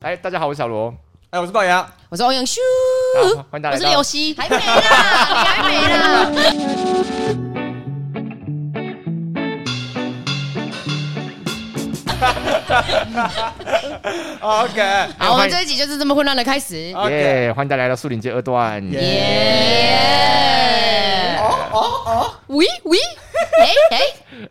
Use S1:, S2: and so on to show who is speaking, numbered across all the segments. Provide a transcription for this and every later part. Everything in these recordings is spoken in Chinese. S1: 哎，大家好，我是小罗，
S2: 哎，我是龅牙，
S3: 我是欧阳修，
S1: 啊欢迎大
S3: 呃
S1: 家
S3: 我是
S1: 来到
S3: 刘。希，
S4: 还没啦，你还没啦。
S2: OK，
S3: 好，我
S1: 啊欢
S3: 们
S1: 迎
S3: 这一集就是这么混乱的开始。
S2: OK
S1: 耶，欢迎大家来到树林街二段。
S2: 耶
S3: 耶！
S2: 哦哦哦，
S3: 喂 喂，哎哎，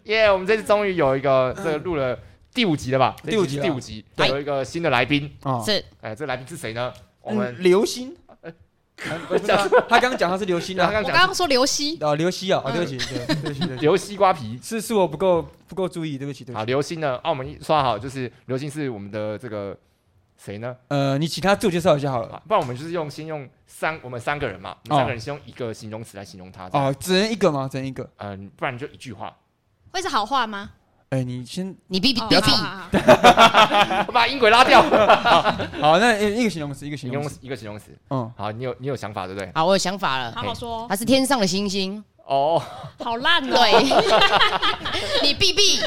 S1: 耶，我们这次终于有一个这个录了第五集了吧？
S2: 嗯第五集
S1: 这
S2: 了
S1: 第五集
S3: 对
S1: 有一个新的来宾。
S2: 哦，
S3: 是
S1: 哎，这个来宾是谁呢？我
S2: 我
S1: 们
S2: 们流星，哎不是啊他刚刚讲他是流星
S1: 他
S2: 啊，
S1: 刚
S3: 我
S1: 刚
S3: 刚
S1: 讲
S3: 刚说刘希，
S2: 哦，流星啊，哦，对不起，对对不起，对不起，
S1: 流西瓜皮。
S2: 是是我不够不够注意，对不起，对不
S1: 好，
S2: 起。
S1: 刘星呢？啊，我们一说好，就是刘星是我们的这个谁呢？
S2: 呃，你请他自我介绍一下好了。
S1: 啊，不然我们就是用先用三，我们三个人嘛，我们三个人先用一个形容词来形容他。
S2: 哦，只能一个吗？只能一个。
S1: 嗯，不然你就一句话，
S4: 会是好话吗？
S2: 哎，你先
S3: 你必
S4: 哦
S3: 不要
S4: 好
S3: 闭，
S4: 好好好
S1: 我把音轨拉掉。
S2: 好，那哎一一个形容词，一个 形
S1: 形容
S2: 容词。
S1: 一个形容词。
S2: 嗯，
S1: 好，你有你有想法对不对？
S3: 好，我有想法了，
S4: 好好说哦，
S3: 他是天上的星星，
S1: 哦，
S4: 好烂哦。
S3: 对， 你必必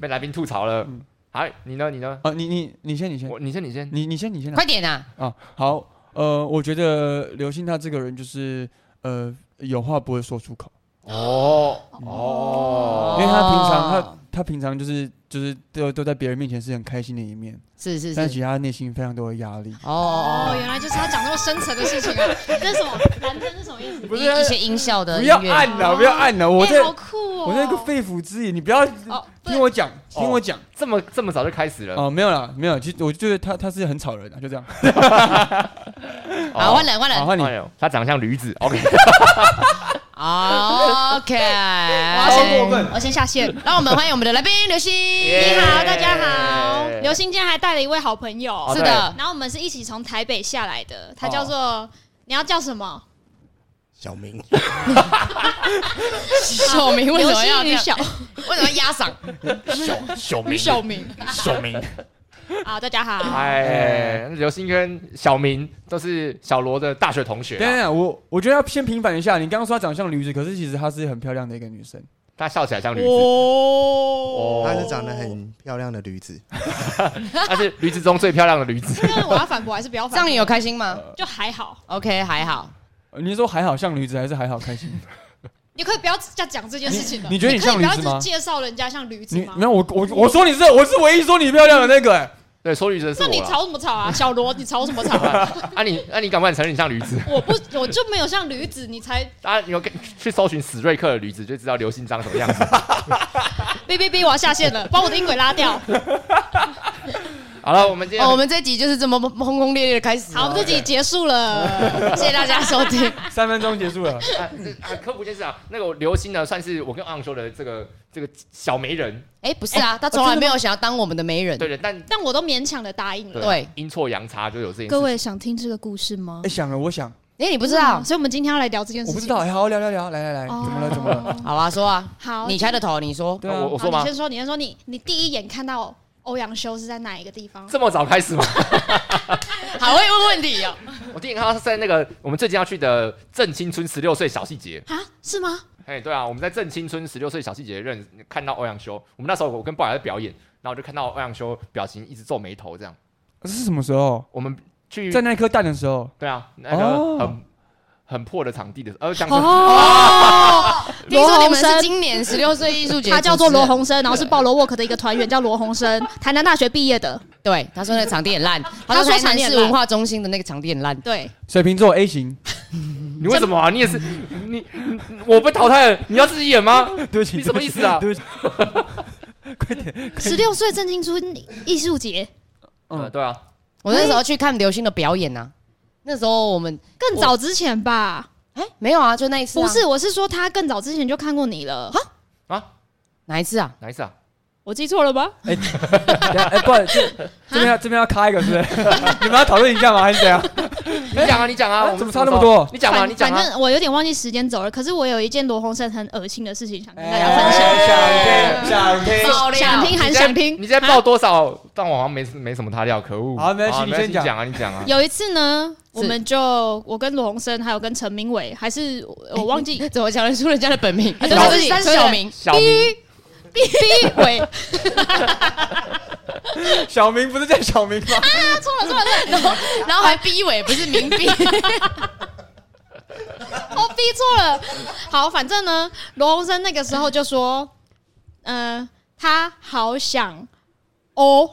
S1: 被来宾吐槽了
S2: 嗯。
S1: 好，你呢？你呢？
S2: 哦，你你你先，你先，
S1: 我你先，你先。
S2: 你你先，你先啊。
S3: 快点啊！
S2: 啊，好，呃，我觉得刘星他这个人就是呃，有话不会说出口，
S1: 哦哦
S2: 因为他平常他
S3: 哦
S2: 他平常就是就是都都在别人面前是很开心的一面，
S3: 是是
S2: 但其
S3: 是，
S2: 实他内心非常多的压力。
S3: 哦哦
S4: 哦，原来就是他讲那么深层的事情啊！这是什么？男生是什么意思？
S2: 不
S3: 哦，
S2: 是
S3: 一一些音效的
S2: 不
S3: 音
S2: 要
S3: 乐，
S2: 按了，啊不要按了，我
S4: 哎
S2: 在
S4: 好酷哦！
S2: 我在一个肺腑之言，你不要听
S4: 哦，不是
S2: 我讲，听我讲。
S1: 这么这么早就开始了。
S2: 哦，没有啦，没有，其实我觉得他他是很吵人啊的，就这样。
S3: 好换人换
S2: 好，
S3: 人
S2: 换你。
S1: 哎呦，他长得像驴子。OK，
S3: ，OK，
S4: 我要先
S2: 过分
S4: 我先下线。
S3: 让我们欢迎我们的来宾刘希，
S1: 耶
S4: 你好，大家好。
S1: 耶
S4: 刘星今天还带了一位好朋友
S1: 哦，
S3: 是的，
S4: 然后我们是一起从台北下来的，他叫做你要叫什么？
S5: 小明，
S3: 小明为什
S4: 刘
S3: 么要
S4: 星
S3: 这
S4: 与
S3: 样？
S4: 小
S3: 为什么要压 嗓？
S5: 小小
S4: 与
S5: 明，
S4: 小明。
S5: 小明，
S4: 好，大家 好。
S1: 哎，刘星跟小明都是小罗的大学同学
S2: 等
S1: 啊。
S2: 等，我我觉得要先平反一下，你刚刚说她长得像驴子，可是其实她是很漂亮的一个女生。
S1: 他笑起来像驴子，
S4: 哦
S5: 她是长得很漂亮的驴子，
S1: 他是驴子中最漂亮的 驴子。
S4: 那我要反驳还是不要
S3: 这
S4: 反
S3: 样
S4: 驳？
S3: 你有开心吗
S4: 就还好，
S3: ？OK，还好。
S2: 呃你是说还好像驴子，还是还好开心？
S4: 你可以不要再讲这件事情了。
S2: 你觉得你
S4: 可以
S2: 像
S4: 不
S2: 驴
S4: 要
S2: 子吗
S4: 只介绍人家像驴子
S2: 你
S4: 吗
S2: 没？有我我我说你是我是唯一说你漂亮的那个哎、
S1: 对，说驴子的是
S4: 那你
S1: 我啦。
S4: 吵什么吵啊，小罗？你吵什么吵？
S1: 啊你啊你敢不敢承认你像驴子？
S4: 我不，我就没有像驴子，你才
S1: 啊，你有跟去搜寻史瑞克的驴子，就知道刘星长什么样子。
S4: 哔哔哔，我要下线 了，把我的音轨拉掉。
S1: 好了，我们今天
S3: 哦，我们这集就是这么轰轰烈烈的开始哦。
S4: 好，我们这集结束了，
S3: 谢谢大家收听。
S2: 三分钟结束了。
S1: 啊这啊科普一件事啊，那个刘星呢，算是我跟昂修的这个这个小媒人，
S3: 哎，不是啊，他从来没有想要当我们的媒人。
S1: 对的，但啊
S4: 但我都勉强的答应了。
S3: 对，
S1: 阴错阳差就有这件事。
S4: 各位想听这个故事吗
S2: 哎、？想了，我想，
S3: 哎，你不
S4: 不
S3: 知道？
S4: 啊所以我们今天要来聊这件事
S2: 我
S4: 情。
S2: 不知道，哎、好聊聊聊，来来来，
S4: 哦
S2: 怎么了怎么了？
S3: 好啊，说啊，
S4: 好，
S3: 你开的头，你说。
S2: 对
S1: 啊
S2: 啊，
S1: 我我
S4: 好
S1: 说吗
S4: 你？先说，你先说，你你第一眼看到欧阳修是在哪一个地 方？
S1: 这么早开始吗？
S3: 好会问问题哦。
S1: 我电影他是在那个我们最近要去的正青春十六岁小细节。
S4: 啊，是吗？
S1: 哎，对啊，我们在正青春十六岁小细节认看到欧阳修，我们那时候我跟鲍雅在表演，然后我就看到欧阳修表情一直皱眉头这样。
S2: 这是什么时候？
S1: 我们去
S2: 在那一颗蛋的时候，
S1: 对啊，那个
S2: 哦
S1: 很、很破的场地的时候，呃，讲说
S4: 哦，
S3: 听说你们
S4: 罗
S3: 是
S4: 红
S3: 今年十六岁艺术节，
S4: 他叫做罗。洪生，然后是鲍罗沃克的一个团员，叫罗洪生，台南大学毕业的。
S3: 对，他说那个场地很烂，他
S4: 他说
S3: 说台
S4: 场
S3: 南
S4: 地很
S3: 市
S4: 烂
S3: 文化中心的那个场地很烂。
S4: 对，
S2: 水瓶座 A 型，
S1: 你为什么啊？你也是你你我被淘汰了，你要自己演吗？
S2: 对不起，
S1: 你什么意思啊？
S2: 对不起，快点，
S4: 十六岁正青春艺术节，
S2: 嗯
S1: 呃对啊，
S3: 我那时候去看刘星的表演呐，那时候我们
S4: 更早之前吧？
S3: 哎没有啊，就那一次啊。
S4: 不是，我是说他更早之前就看过你了。
S3: 哪一次啊？
S1: 哪一次啊？
S4: 我记错了吧？
S2: 等一下哎，不然这这边要这边要开一个是不是？你们要讨论一下吗？还是怎样？
S1: 你讲啊，你讲啊，我们
S2: 哎怎么
S1: 什
S2: 差那么
S1: 时候
S2: 多
S1: 你讲啊，
S4: 反
S1: 你讲
S4: 反
S1: 啊。
S4: 正我有点忘记时间走了。可是我有一件罗洪生很恶心的事情想跟大家
S3: 哎
S4: 分享。
S2: 享想听想听。
S3: 爆料
S4: 想听还
S1: 你
S4: 是
S1: 现在
S4: 想听？
S1: 你现在报多少？但我好像没没什么他料，可恶。
S2: 好没关系
S1: 啊
S2: 你
S1: 关系
S2: 先讲
S1: 啊，你讲啊。
S4: 有一次呢，
S3: 是
S4: 我们就我跟罗洪生还有跟陈明伟，还是我忘记
S3: 哦 怎么讲得出人家的本 名？啊对
S4: 小
S3: 不起，他是小明。
S1: 小明，
S4: 逼逼伟，
S2: 小明不是叫小明吗？
S3: 然后还逼尾，不是民逼，
S4: 我哦逼错了。好，反正呢，罗洪生那个时候就说，呃，他好想哦，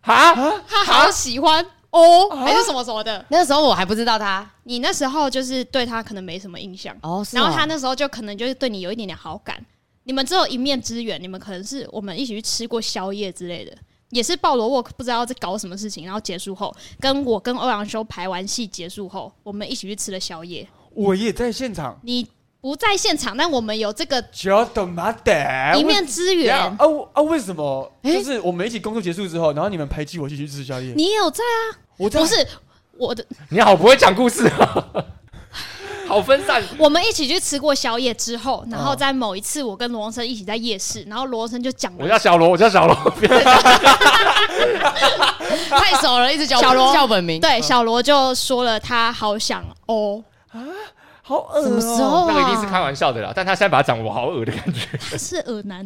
S1: 哈，
S4: 他好喜欢哦，还是什么什么的。
S3: 那时候我还不知道他
S4: 你那时候就是对他可能没什么印象，
S3: 哦，是
S4: 然后
S3: 哦
S4: 他那时候就可能就是对你有一点点好感。你们只有一面之缘，你们可能是我们一起去吃过宵夜之类的，也是鲍罗沃不知道在搞什么事情，然后结束后，跟我跟欧阳修排完戏结束后，我们一起去吃了宵夜。
S2: 我也在现场。
S4: 你不在现场，但我们有这个
S2: 就的妈的，
S4: 一面之
S1: 等一
S4: 缘
S1: 下，
S2: 啊我啊！为什么？
S3: 诶
S2: 就是我们一起工作结束之后，然后你们排挤我一起去吃宵夜。
S4: 你也有在，啊
S2: 我在
S4: 不是我的，
S1: 你好不会讲故事啊， 好分散。
S4: 我们一起去吃过宵夜之后，然后在某一次我跟罗生一起在夜市，然后罗生就讲
S1: 我叫
S4: 了，
S1: 小罗，我叫 小罗，不要
S3: 太熟了，一直叫我
S4: 小罗
S3: 叫本名。
S4: 对小罗就说了他好想哦，
S2: 好恶、
S3: 什么时候
S1: 那个一定是
S3: 啊？
S1: 开玩笑的啦。但他现在把它讲我好恶的感觉。
S4: 他是耳男，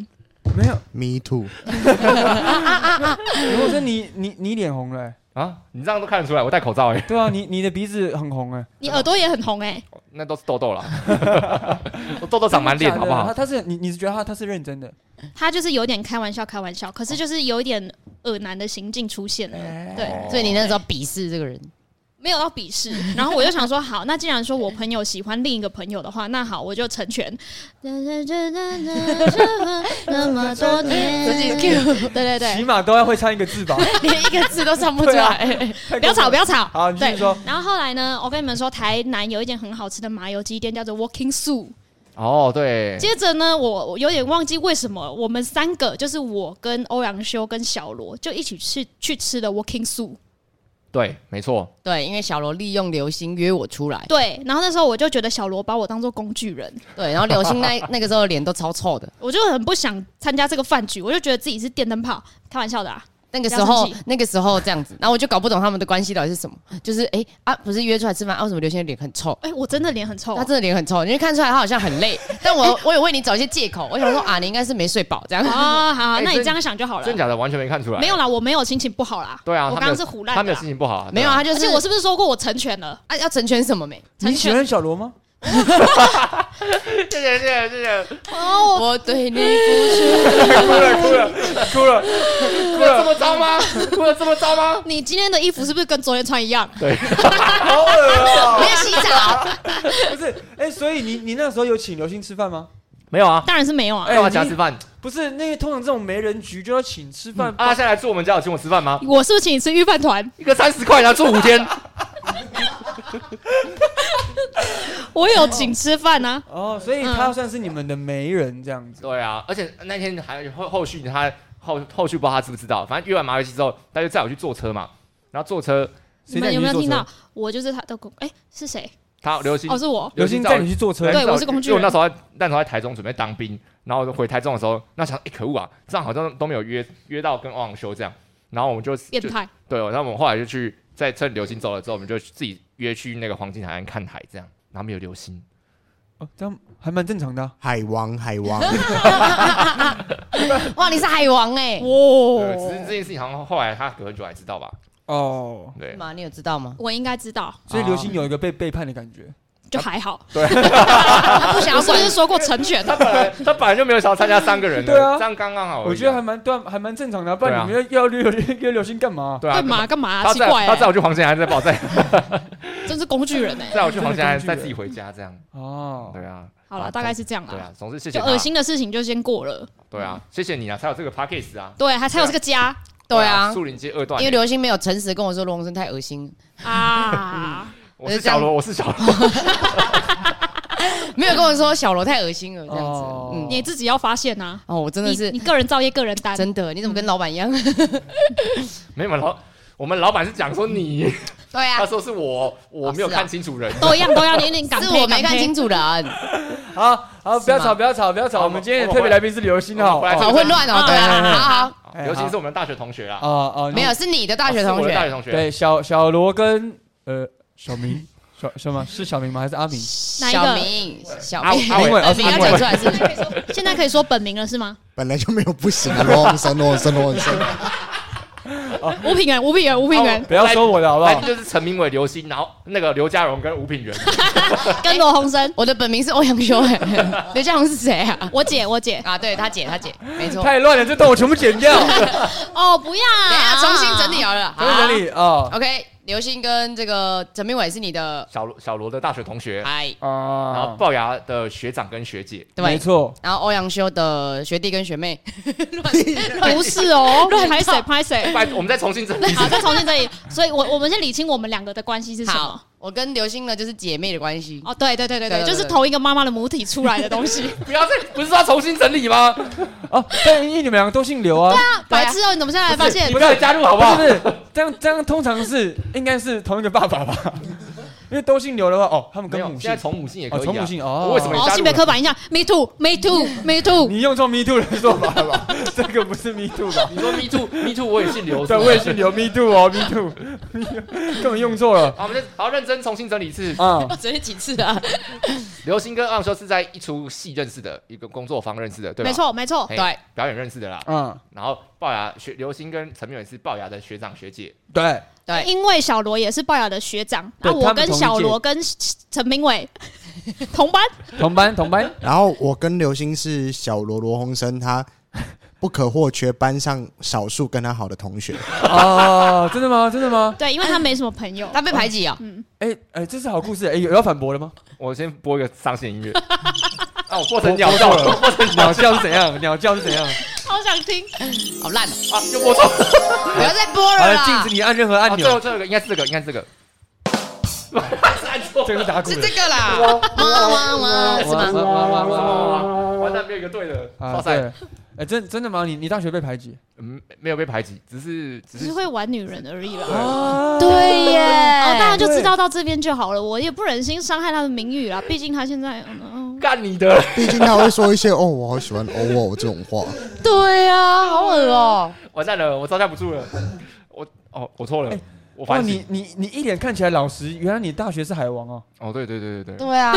S2: 没有，
S5: Me too，
S2: 如果说你你你脸红了、欸
S1: 啊，你这样都看得出来，我戴口罩哎、
S2: 对啊，你你的鼻子很红哎、欸
S4: 你耳朵也很红哎、
S1: 那都是痘痘啦。 我痘痘长满脸，好不
S2: 他
S1: 好？
S2: 他是你你是觉得他他是认真的？
S4: 他就是有点开玩笑开玩笑，可是就是有一点耳男的行径出现了，
S2: 哎
S4: 对。
S3: 所以你那时候鄙视这个人，
S4: 没有到鄙视，然后我就想说，好，那既然说我朋友喜欢另一个朋友的话，那好，我就成全。那么多年，对对
S2: 起
S4: 对，
S2: 码都要会唱一个字 吧。
S3: 连一个字都唱不出来。
S2: 不
S4: 啊不要吵，不要吵。
S2: 好，你继续
S4: 对
S2: 说。，
S4: 然后后来呢，我跟你们说，台南有一间很好吃的麻油鸡店，叫做 Walking Sue。
S1: 哦，对，
S4: 接着呢，我我有点忘记为什么我们三个，就是我跟欧阳修跟小罗，就一起去去吃的 Walking Sue。
S1: 对，没错。
S3: 对，因为小罗利用流星约我出来，
S4: 对，然后那时候我就觉得小罗把我当做工具人，
S3: 对，然后流星那 那个时候脸都超臭的。
S4: 我就很不想参加这个饭局，我就觉得自己是电灯泡，开玩笑的啊。
S3: 那个时
S4: 不要
S3: 候
S4: 生气，
S3: 那个时候这样子，然后我就搞不懂他们的关系到底是什么。就是哎、诶啊，不是约出来吃饭，啊，为什么刘星的脸很臭？
S4: 哎、我真的脸很臭、
S3: 他
S4: 啊。
S3: 真的脸很臭，哎你就看出来他好像很 累。但我我有为你找一些借口，我想说啊，你应该是没睡饱这样。
S4: 啊，好好，
S1: 哎
S4: 那你
S1: 真
S4: 这样想就好了
S1: 真。假的完全没看出来。
S4: 没有啦，我没有心情不好啦。
S1: 对啊，
S4: 我
S1: 他
S4: 刚刚
S1: 没
S4: 是
S1: 有
S4: 胡
S1: 他
S4: 乱
S1: 没
S4: 的
S1: 有
S4: 啦。
S1: 心情不好啊。
S3: 没有啊，
S1: 对
S3: 他就
S4: 而且
S3: 是
S4: 我是不是说过我成全了？
S3: 啊，要成全什么没？
S2: 你喜欢小罗吗？
S1: 啊， 谢谢谢谢谢谢，
S4: 哦，
S3: 我对 你付出。
S2: 哭了哭了哭了哭
S1: 哭了这
S2: 了，
S1: 么糟吗？哭了这么糟吗？
S4: 你今天的衣服是不是跟昨天穿一样？
S1: 对，
S2: 好恶
S1: 哦
S2: 啊、
S4: 没有洗 澡，
S2: 不是，哎、所以你你那时候有请刘星吃饭吗？
S1: 没有啊，
S4: 当然是没有啊。
S2: 哎
S1: 干嘛请他吃饭
S2: 不是，那个通常这种没人局就要请吃饭。
S1: 啊？他现在来住我们家，有请我吃饭吗？
S4: 我是不是请你吃预饭团？
S1: 一个三十块，然后住五天，
S4: 我有请吃饭啊。
S2: 哦，所以他算是你们的媒人这样子。
S4: 嗯
S1: 对啊，而且那天还有后后续他后后续不知道他知不知道，反正约完麻油鸡之后，他就载我去坐车嘛，然后坐车
S4: 你
S2: 谁带
S4: 们有没有
S2: 去坐
S4: 听
S2: 车
S4: 到？？我就是他的公，哎、是谁？
S1: 他刘星
S4: 哦，是我。
S2: 刘星带你去坐车，
S4: 对我是工具
S1: 因为
S4: 人
S1: 我那时候在那时候在台中准备当兵，然后我就回台中的时候，那想哎、诶可恶啊，这样好像都没有约约到跟欧阳修这样，然后我们就
S4: 变
S1: 就
S4: 态，
S1: 对，然后我们后来就去在趁流星走了之后，我们就自己约去那个黄金海岸看海这样，然后没有流星，
S2: 哦，这样还蛮正常的啊、
S5: 海王，海王，
S3: 哇，你是海王
S1: 对，
S3: 哎、
S4: 哇、
S1: 只
S4: 哦
S1: 是这件事情好像后来他隔很久才知道吧，
S2: 哦，
S1: 对，
S3: 嘛，你有知道吗？
S4: 我应该知道，
S2: 所以刘星有一个被背叛的感觉。
S4: 就还好。
S1: 对，
S4: 他不想要，是不是说过成全？
S1: 他本来他本来就没有想要参加三个人的，
S2: 对啊
S1: 这样刚刚好而已啊，
S2: 我觉得还蛮对啊，还蛮正常的啊、不
S1: 对
S2: 然
S1: 啊
S2: 你们 要要约约约刘星干嘛？
S1: 对啊，
S4: 干嘛干嘛啊、
S1: 他
S4: 奇
S1: 载
S4: 怪、
S1: 他载啊
S4: 欸，
S1: 我去黄金海岸，再把我载
S4: 真是工具人哎、
S1: 载我去黄金海岸，再
S2: 真的工具人
S1: 自己回家这样，
S2: 哦，
S1: 对啊，
S4: 好
S1: 啊
S4: 了，大概是这样
S1: 对
S4: 啦。
S1: 啊，总之谢谢
S4: 就
S1: 他
S4: 恶心的事情就先过了，
S1: 对啊，谢谢你啊，才有这个 podcast 啊。
S4: 对，还才有这个家
S3: 对啊，
S1: 树林街二段欸。
S3: 因为刘星没有诚实跟我说罗洪生太恶心，
S4: 啊。
S1: 我是小罗，我是小罗，
S3: 没有跟我说小罗太恶心了这样子。
S2: 哦
S3: 嗯，
S4: 你自己要发现呐、
S3: 哦，我真的是
S4: 你你个人造业，个人担。
S3: 真的，你怎么跟老板一样？
S1: 没有老，我们老板是讲说你，
S3: 对
S1: 他
S3: 啊，
S1: 说是我，我没有
S4: 哦
S3: 是啊
S1: 看清楚人。
S4: 都一样，都一样，你有点敢
S3: 是
S4: 配
S3: 我没看。
S4: 敢
S3: 清楚人，
S2: 好好，不要
S3: 是吗
S2: 吵，不要吵，不要吵。
S1: 好
S2: 我们今天的特别来宾是刘星
S1: 我们
S2: 哦。
S1: 回来
S2: 哦
S3: 好混乱哦。对
S2: 哎哎哎
S3: 啊，好好，
S2: 哎
S1: 尤其是我们大学同学啦，
S2: 哦哦，
S3: 好
S2: 你
S3: 没有是你的大学
S1: 哦是
S3: 同
S1: 我的大学
S3: 学，
S1: 同学，
S2: 对小小罗跟呃小明小什么是小明吗？还是阿明？
S4: 哪一
S3: 小
S4: 个
S3: 明，小
S1: 阿
S3: 明，
S1: 阿伟
S2: 哦
S3: 本
S2: 是
S3: 名要
S2: 阿
S3: 讲
S2: 伟
S3: 出来是不是？
S4: 清楚。现在可以说本名了是吗？
S5: 本来就没有不行啊，罗洪生，罗洪生，罗洪生，
S4: 吴品源，吴品源，吴品
S1: 哦
S4: 源，
S2: 不要说我的好不
S1: 来
S2: 好
S1: 宾？就是陈明伟、刘星，然后那个刘家荣跟吴品 源，
S3: 哎
S4: 跟罗洪生，
S3: 我的本名是欧阳修，哎，刘家荣是谁啊？
S4: 我姐，我姐。
S3: 啊，对他姐，他姐，没错。
S2: 太乱了，这段我全部剪掉，
S4: 哦，不要
S3: 等一
S4: 啊
S3: 下，重新整理。好了，
S2: 全部整理啊
S3: OK，刘星跟这个陈明伟是你的，
S1: 小罗小罗的大学同学，
S3: 嗨，
S1: 然后
S2: 啊，
S1: 龅牙的学长跟学 姐，
S2: 没
S3: 对。
S2: 错，
S3: 然后欧阳修的学弟跟学妹，
S4: 不是哦，
S3: 乱
S4: 拍谁
S3: 套
S4: 拍谁。
S1: 拜，哎我们再重新整理一次
S4: 好，再重新这里，所以我我们先理清我们两个的关系是什么
S3: 好。，我跟刘星呢就是姐妹的关系。
S4: 哦，对对对对对，
S3: 对对
S4: 就是同一个妈妈的母体出来的东 西。啊
S1: 不要再，不是说要重新整理吗？
S2: 哦，但因为你们两个都姓刘啊，
S3: 对啊
S4: 白痴哦，你怎么现在才发现
S1: 你？不要加入好
S2: 不
S1: 不
S2: 是
S1: 好
S2: 不？是，这样这样通常是应该是同一个爸爸吧？ 因为都姓刘的话，哦，他们
S1: 没
S2: 跟
S1: 有，
S2: 母
S1: 现
S2: 姓
S1: 在，从母姓也可
S2: 哦，
S1: 以啊。
S2: 从母姓哦，
S1: 我为什么
S4: 哦，性别刻板印象，me too，me too，me too。
S2: 你用错 me too 的做法了吧？ 这个不是 me too 吧？
S1: 你说 me too，me too，我也姓刘，啊
S2: 对，
S1: 是吗
S2: 我也姓刘 me too 哦，me too，根本用错了
S1: 好，我们就好认真重新整理一次。
S2: 啊。
S3: 整理几次啊？
S1: 刘星跟昂修是在一出戏认识的，一个工作坊认识的，对吧？哎
S4: 没，错没错，
S1: 嘿
S3: 对，
S1: 表演认识的啦。
S2: 嗯，
S1: 然后龅牙学刘星跟陈明远是龅牙的学长学姐，
S2: 对，
S3: 对，
S4: 因为小罗也是龅牙的学长，那
S2: 对他们
S4: 我跟
S2: 同一届
S4: 小罗跟陈明伟 同班，
S2: 同班同班，
S5: 然后我跟刘星是小罗罗洪生，他不可或缺班上少数跟他好的同学。
S2: 哦，真的吗？真的吗？
S4: 对，因为他没什么朋友。
S3: 他被排挤啊。
S2: 哎哎，这是好故事，哎，有有要反驳的吗？
S1: 我先播一个伤心音 乐。啊，我播成鸟叫了，播成
S2: 鸟叫是怎样？鸟叫是怎样？
S4: 好想听，
S3: 好烂哦！
S1: 啊，又播错 了。
S3: 不要再播
S2: 好
S3: 了
S2: 了，禁
S3: 啦
S2: 止，你按任何按
S1: 啊，最后
S2: 钮，
S1: 最后一个应该是这个，应该是这个。按错
S2: 这个
S1: 了，
S2: 是打鼓
S3: 是
S2: 的
S3: 这。个啦，哇哇哇，是吗？
S2: 哇哇哇哇！
S1: 完蛋，没有一个对的。哇
S2: 啊，
S1: 塞，
S2: 对，哎，真真的吗？你你大学被排挤
S1: 嗯，没有被排挤，只是只
S4: 只是
S1: 是
S4: 会玩女人而已啦。
S2: 啊？
S3: 对耶，
S4: 哦，大家就
S2: 对
S4: 知道到这边就好了，我也不忍心伤害他的名誉啦，毕竟他现在，嗯嗯，
S1: 干你的。
S5: 毕竟他会说一些“哦，我好喜欢哦哦”这种话。
S3: 对啊，好恶哦。
S1: 完蛋了，我招架不住了，我哦，我错了，
S2: 哎
S1: 我
S2: 哇，
S1: 反省
S2: 你。你你一脸看起来老实，原来你大学是海王哦，
S1: 哦，对对对对对，
S3: 对啊，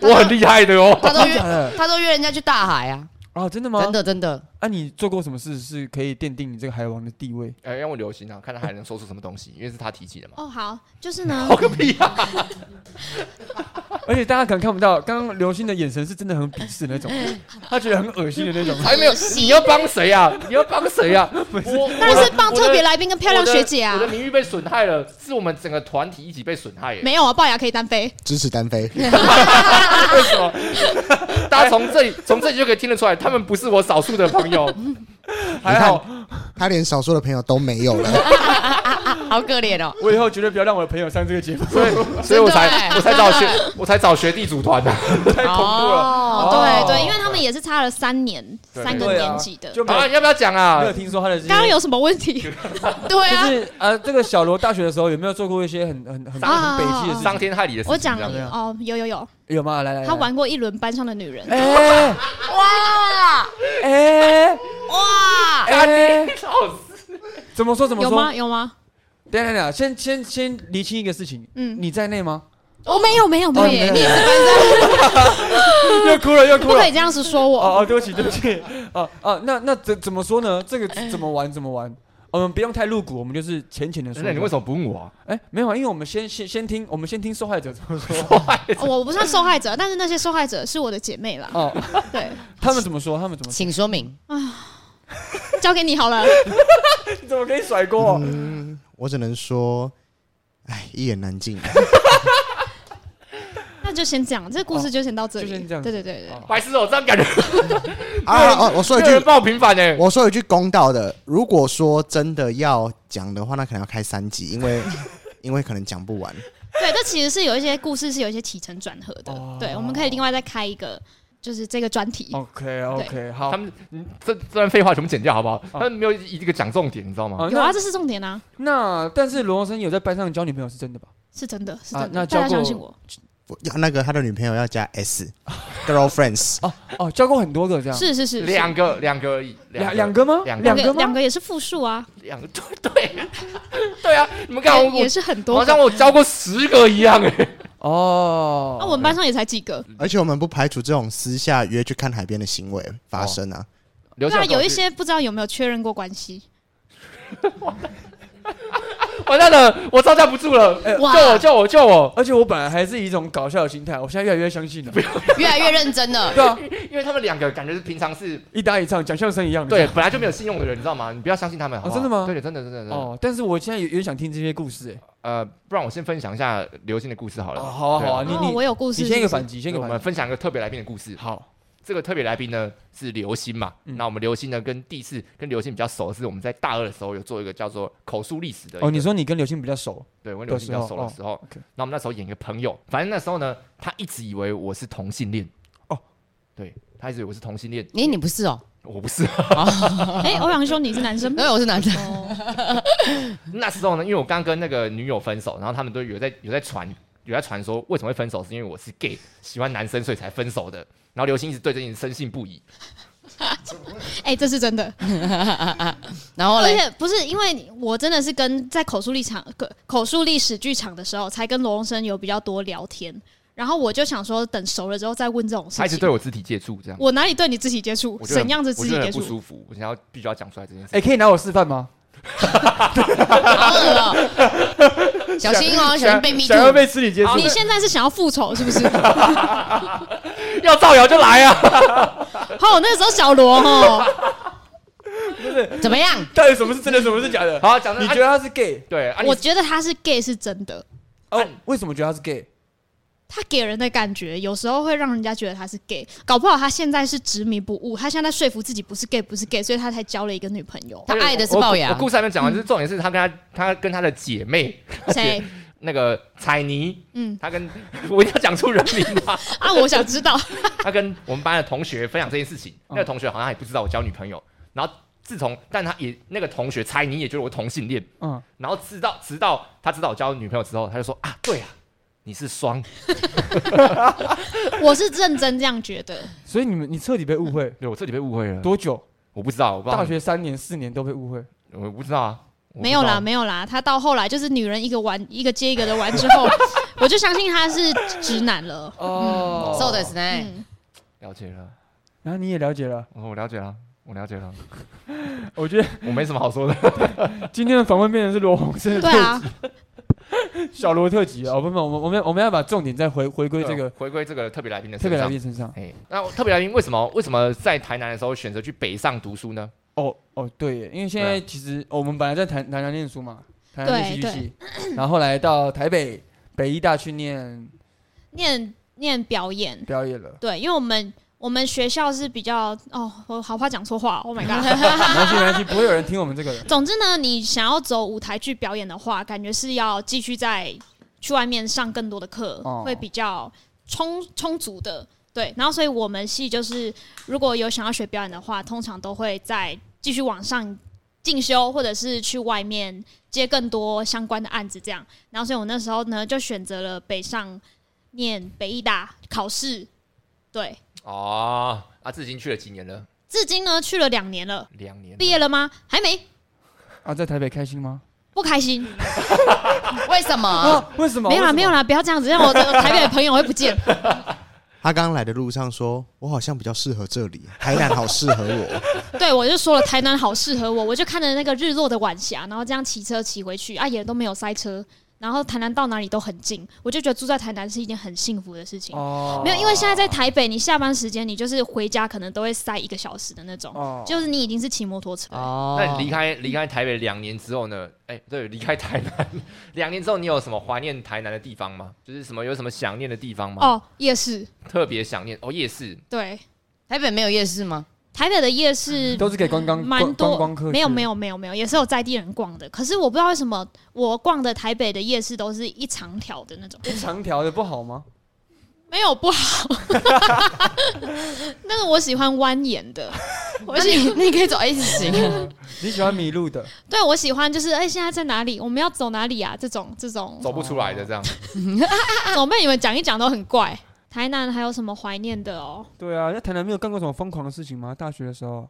S1: 我很厉害的哦。
S3: 他都
S2: 真的假
S3: 约
S2: 的？
S3: 他都约人家去大海啊，
S2: 啊，真的吗？
S3: 真。的真的。
S2: 啊，你做过什么事是可以奠定你这个海王的地位？
S1: 哎，让我留心啊，看他还能说出什么东西， 因为是他提起的嘛。
S4: 哦，好，就是 呢
S1: 好，个屁啊！
S2: 而且大家可能看不到，刚刚刘星的眼神是真的很鄙视 那种，他觉得很恶心的那种。
S1: 还没有，
S3: 哎
S1: 你要帮谁啊？你要帮谁 啊？我
S4: 当然是帮
S1: 我的
S4: 特别来宾跟漂亮学姐啊
S1: 我的，我的名誉被损害了，是我们整个团体一起被损害耶。
S4: 没有啊，龅牙可以单飞，
S5: 支持单飞，
S1: 为什 么？大家从这里从这里就可以听得出来，他们不是我少数的朋友。
S2: 还好，
S5: 他连少数的朋友都没有了。
S3: 好可怜哦。
S2: 我以后绝对不要让我的朋友上这个节目。
S1: 所以，所以我才
S3: 真的
S4: 哎
S3: 耶
S1: 我才找
S3: 真
S1: 学
S3: 的
S1: 我才找学弟组团 的、
S2: 太恐怖了。
S3: 哦
S2: 哦
S4: 对对，因为他们也是差了三年，
S1: 对
S4: 三个
S2: 对啊
S4: 年级的。
S2: 就没
S1: 啊，
S2: 有
S1: 你要不要讲啊
S2: 没？有听说他的这些。
S4: 刚刚有什么问题？
S3: 对
S2: 就
S3: 啊，
S2: 是呃，这个小罗大学的时候有没有做过一些很很很
S4: 啊
S2: 很北气的事
S1: 伤
S2: 情？
S1: 天害理的事情。
S4: 我讲
S1: 这样
S2: 样
S4: 哦，有有有，
S2: 有吗？来来，来
S4: 他。玩过一轮班上的女人，
S2: 哎
S3: 哇
S2: 哎
S3: 哇，
S2: 哎！
S1: 笑死！
S2: 怎么说怎么
S4: 有
S2: 说？
S4: 吗？有吗？
S2: 等一下等一下，先先先厘清一个事情，
S4: 嗯，
S2: 你在内 吗？
S4: 我哦没有没有没
S2: 哦你
S4: 有，
S2: 在
S4: 你
S2: 内又哭了又
S4: 不
S2: 哭
S4: 可
S2: 了
S4: 以。这样子说我。
S2: 哦哦，对不起对不起。哎哦哦，那那怎怎么说呢？这个怎么玩怎么玩？哦我们不用太露骨，我们就是浅浅的说。
S1: 那你为什么不问我啊？
S2: 哎，没有啊，因为我们先先先听，我们先听受害者怎 么说。
S4: 哦我不算受害者，但是那些受害者是我的姐妹 啦。
S2: 哦，
S4: 对，
S2: 他们怎么说？他们怎么 说？
S3: 请说明。
S4: 交给你好了。
S2: 你怎么可以甩锅？
S5: 嗯，我只能说，哎，一言难 尽。
S4: 那就先讲，这故事就先到这里。
S2: 哦就先这样
S4: 对对对对，
S1: 白痴哦，这样感觉
S5: 啊，哦，我 说一
S1: 有人
S5: 句，
S1: 报平反欸呢。
S5: 我说一句公道的，如果说真的要讲的话，那可能要开三集，因为因为可能讲不完。
S4: 对，这其实是有一些故事是有一些起承转合的
S2: 哦。
S4: 对，我们可以另外再开一个，就是这个专题。
S2: OK OK，好
S1: 他。们你这这段废话全部剪掉好不好？
S2: 哦
S1: 他们没有一一个讲重点，你知道吗？
S2: 哦
S4: 有啊，这是重点啊，
S2: 那但是罗洪生有在班上交女朋友是真的吧？
S4: 是真的，是
S2: 啊
S4: 真
S2: 那
S4: 的，
S2: 交
S4: 大家
S2: 过
S4: 相信我。
S5: 不要那个他的女朋友要加 S，girlfriends，
S2: 哦哦，交过很多个这样，
S4: 是是是，是
S1: 两个两个而已，
S2: 两
S1: 两
S2: 两个吗？
S1: 两个
S2: 两
S4: 两个
S2: 个
S4: 两
S2: 吗？
S4: 个也是复数啊，
S1: 两个对对 对啊！你们看
S4: 也
S1: 我
S4: 也是很
S1: 我
S4: 多
S1: 好
S4: 个。
S1: 像我教过十个一样哎。
S2: 哦
S4: 那，啊我们班上也才几个，
S5: 而且我们不排除这种私下约去看海边的行为发生啊。
S1: 刘
S4: 对啊，
S1: 向
S4: 有一些不知道有没有确认过关系，
S1: 完蛋了，我招架不住了，救
S3: 哇
S1: 我救我救我！
S2: 而且我本来还是以一种搞笑的心态，我现在越来越相信了。
S3: 越来越认真了。
S2: 对啊，
S1: 因为他们两个感觉是平常是
S2: 一搭一唱，讲相声一样。
S1: 对本来就没有信用的人，你知道吗？你不要相信他们，好不好
S2: 真的吗
S1: 对，哦真的真的真的。
S2: 哦，但是我现在有有点想听这些故事，哎，
S1: 呃，不然我先分享一下刘星的故事好了。
S2: 哦，好啊
S1: 对
S2: 好啊，
S1: 啊
S2: 你
S4: 哦，我
S2: 你
S4: 有故事，
S2: 你先一个
S4: 是不 是
S2: 反击，先一
S1: 那
S2: 个
S1: 我
S2: 反
S1: 们
S2: 击。
S1: 分享一个特别来宾的故事。
S2: 好，
S1: 这个特别来宾呢是刘星嘛，
S2: 嗯
S1: 那我们刘星呢跟第一次跟刘星比较熟，是我们在大二的时候有做一个叫做口述历史的一个。
S2: 哦，你说你跟刘星比较熟，
S1: 对，我跟刘星比较熟的时候，
S2: 哦 OK
S1: 那我们那时候演一个朋友，反正那时候呢，他一直以为我是同性恋。
S2: 哦，
S1: 对，他一直以为我是同性恋，
S3: 你你不是哦？
S1: 我不是。
S4: 哎、欧阳兄，你是男生 吗
S3: 对，？我是男的。
S4: 哦，
S1: 那时候呢，因为我刚跟那个女友分手，然后他们都有在有在传有在传说为什么会分手，是因为我是 gay，喜欢男生所以才分手的。然后刘星一直对这件事深信不疑。
S4: 哎、这是真的，
S3: 然后
S4: 而
S3: 嘞，
S4: 且不是因为我真的是跟在口述历场口口述历史剧场的时候，才跟罗荣生有比较多聊天，然后我就想说，等熟了之后再问这种
S1: 他
S4: 事
S1: 一直
S4: 情。
S1: 对我肢体接触，这样
S4: 我哪里对你肢体接触？
S1: 我觉得很
S4: 怎样子
S1: 我觉
S4: 肢体
S1: 得
S4: 接
S1: 很不
S4: 触？
S1: 舒服，我想要必须要讲出来这件事。
S2: 哎，可以拿我示范吗？
S3: 好恶哦，小心哦，小心被迷住
S2: 想。要被肢体接触，
S4: 你现在是想要复仇是不是？
S1: 要造谣就来啊！
S4: 哦，那个时候小罗 哦，
S3: 怎么样？
S2: 到底什么是真的，什么是假的？
S1: 好，讲的啊
S2: 你觉得他是 gay？
S1: 对啊？
S4: 我
S1: 你
S4: 觉得他是 gay 是真的，
S2: 哦，为什么觉得他是 gay？
S4: 他给人的感觉有时候会让人家觉得他是 gay，搞不好他现在是执迷不悟，他现在说服自己不是 gay 不是 gay，所以他才交了一个女朋 友。
S3: 他爱的是
S1: 我
S3: 龅
S1: 我
S3: 牙，
S1: 故事还没讲完，就是重点是他跟他他跟他的姐妹
S4: 谁？
S1: 那个彩妮，
S4: 嗯
S1: 他跟我一定要讲出人名啊！
S4: 啊，我想知道。
S1: 他跟我们班的同学分享这件事情，那个
S2: 嗯
S1: 同学好像也不知道我交女朋友，然后自从但他也那个同学猜你也觉得我同性恋，
S2: 嗯，
S1: 然后直到直到他知道我交女朋友之后，他就说啊，对啊，你是双，
S4: 我是认真这样觉得，
S2: 所以你们你彻底被误会
S1: 对我彻底被误会了，
S2: 多久？
S1: 我不知道，我不知道
S2: 大，学三年四年都被误会，
S1: 我不知道啊，我不知道
S4: 没有啦，，没有啦。他到后来就是女人一个玩一个接一个的玩之 后，我就相信他是直男了。
S2: 哦
S3: 瘦欸的是呢。
S4: 嗯，
S1: 了解了，哦
S2: 然啊后你也了解了，
S1: 我了解了。我了解了，
S2: 我觉得
S1: 我没什么好说的。
S2: 今天的访问变成是罗红
S1: 嗯
S2: 生的
S4: 对
S2: 特
S4: 啊
S2: 辑，，小罗特辑啊，哦不不，我们我们我们要把重点再回回归这个
S1: 回归这啊个特别来宾的
S2: 特别
S1: 身
S2: 来
S1: 上
S2: 宾身上。
S1: 哎，那我特别来宾为什么为什么在台南的时候选择去北上读书呢？
S2: 哦哦，对耶，因为现在其实、哦我们本来在台台南念书嘛，台南念戏剧
S4: 对
S2: 系，然后后来到台北北医大去念
S4: 念念表演，。
S2: 表演了
S4: 对，因为我们我们学校是比较哦，我好怕讲错话，Oh my god。
S2: 没关系没关系，不会有人听我们这个的。
S4: 总之呢，你想要走舞台剧表演的话，感觉是要继续再去外面上更多的课，
S2: 哦
S4: 会比较充充足的。对，然后所以我们系就是如果有想要学表演的话，通常都会再继续往上进修，或者是去外面接更多相关的案子这样。然后所以我那时候呢，就选择了北上念北艺大考试，对，
S1: 哦，啊，至今去了几年了？
S4: 至今呢去了两年了。
S1: 两年了。
S4: 毕业了吗？还没，
S2: 啊，在台北开心吗？
S4: 不开心。
S3: 为什么？
S2: 啊，为什么？
S4: 没有啦，
S2: 为什么
S4: 没有。啦，不要这样子，让我我台北的朋友会不见。
S5: 他刚来的路上说：“我好像比较适合这里，台南好适合我。
S4: 对，我就说了，台南好适合我，我就看着那个日落的晚霞，然后这样骑车骑回去，啊，也都没有塞车，然后台南到哪里都很近，我就觉得住在台南是一件很幸福的事情。
S2: 哦，
S4: 没有，因为现在在台北，你下班时间你就是回家可能都会塞一个小时的那种，
S2: 哦
S4: 就是你已经是骑摩托车了。
S3: 哦
S1: 那你离开离开台北两年之后呢？哎、对，离开台南两年之后，你有什么怀念台南的地方吗？就是什么有什么想念的地方吗？
S4: 哦，夜市，
S1: 特别想念哦，夜市
S4: 对，
S3: 台北没有夜市吗？
S4: 台北的夜市
S2: 都是给观光
S4: 蛮
S2: 观嗯
S4: 多
S2: 观光客去的。
S4: 没有没有没有没有，也是有在地人逛的。可是我不知道为什么我逛的台北的夜市都是一长条的那种。
S2: 一长条的不好吗？
S4: 没有不好，那个我喜欢蜿蜒的，我
S3: 那你
S4: 喜
S3: 你可以走 S 型，
S2: 你喜欢迷路的，
S4: 对我喜欢就是哎、现在在哪里？我们要走哪里啊？这种这种，啊
S1: 走不出来的
S4: 哦
S1: 这样。
S4: 总被你们讲一讲都很怪。台南还有什么怀念的哦？
S2: 对啊，在台南没有干过什么疯狂的事情吗？大学的时候，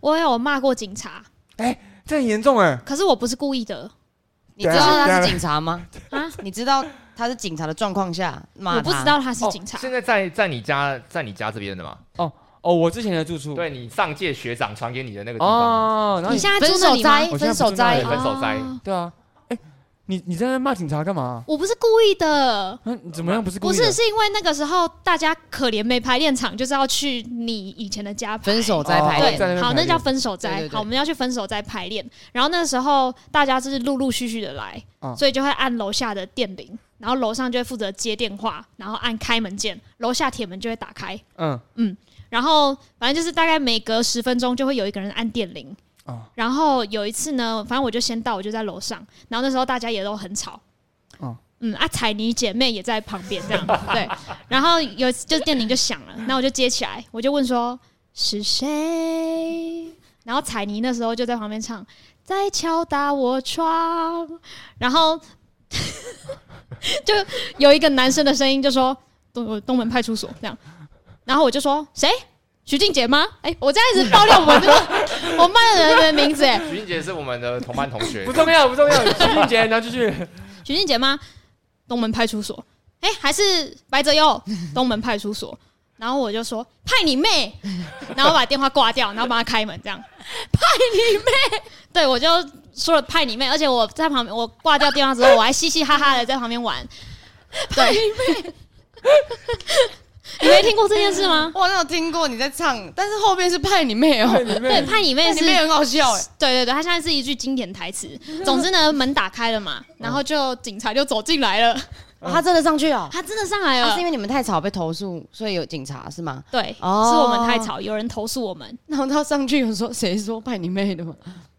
S4: 我有骂过警察，
S2: 这很严重哎。
S4: 可是我不是故意的，
S3: 你知
S2: 对
S3: 道
S2: 啊
S3: 他是警察吗？
S4: 啊
S3: 啊，你知道他是警察的状况下骂
S4: 我
S3: 他？
S4: 不知道他是
S1: 哦
S4: 警察。
S1: 现在在在你家在你家这边的吗？
S2: 哦，我之前的住处，
S1: 对你上届学长传给你的那个地方，
S2: 哦，然后
S4: 你
S2: 你
S4: 现在
S3: 分
S4: 住
S3: 手
S4: 那里吗
S3: 灾？，
S2: 我现在
S3: 分
S2: 不住
S3: 手
S2: 那
S3: 灾
S1: 对，，分手灾
S4: 哦
S2: 对啊，哎，你你在那骂警察干嘛？啊
S4: 我不是故意的，
S2: 嗯，怎么样？不是故
S4: 不
S2: 意的
S4: 是，是因为那个时候大家可怜没排练场，就是要去你以前的家排
S3: 分手灾
S2: 哦
S3: 排
S2: 在那
S3: 练
S2: 边
S4: 对，好，
S2: 排
S4: 那
S2: 练
S4: 叫分手
S3: 对
S4: 斋
S3: 对。对
S4: 好，我们要去分手斋排练。然后那时候大家就是陆陆续续的来，
S2: 嗯
S4: 所以就会按楼下的电铃，然后楼上就会负责接电话，然后按开门键，楼下铁门就会打开。
S2: 嗯，
S4: 然后反正就是大概每隔十分钟就会有一个人按电铃。
S2: 哦
S4: 然后有一次呢，反正我就先到，我就在楼上，然后那时候大家也都很吵。
S2: 哦
S4: 嗯，啊，彩妮姐妹也在旁边这样， 对。然后有一次就电铃就响了，那我就接起来，我就问说是谁？然后彩妮那时候就在旁边唱，在敲打我窗，然后 就有一个男生的声音就说东东门派出所这样，然后我就说谁？徐静姐吗？哎、我这样一直爆料我们这个 我们班的人的名字、哎，
S1: 徐英杰是我们的同班同 学
S2: 不，重要，不重要。徐俊杰，然后继续。
S4: 徐静姐吗？东门派出所，哎、还是白泽佑，东门派出所。然后我就说派你妹，然后把电话挂掉，然后帮他开门，这样派你妹。对，我就说了派你妹，而且我在旁边，我挂掉电话之后，我还嘻嘻哈哈的在旁边玩。派你妹， 你没听过这件事吗？
S3: 我好像有听过你在唱，但是后面是派你妹 哦，
S2: 里
S4: 对，
S2: 面
S4: 派你妹
S3: 派
S4: 是
S3: 你妹很好笑哎，
S4: 对对对，它现在是一句经典台 词。总之呢，门打开了嘛，然后就警察就走进来了，啊
S3: 哦他真的上去 哦，
S4: 他真的上来
S3: 他
S4: 了
S3: 是因。为你们太吵被投诉，所以有警察是吗？
S4: 对，
S3: 哦
S4: 是我们太吵，有人投诉我们，
S3: 然后他上去有说谁说派你妹的吗？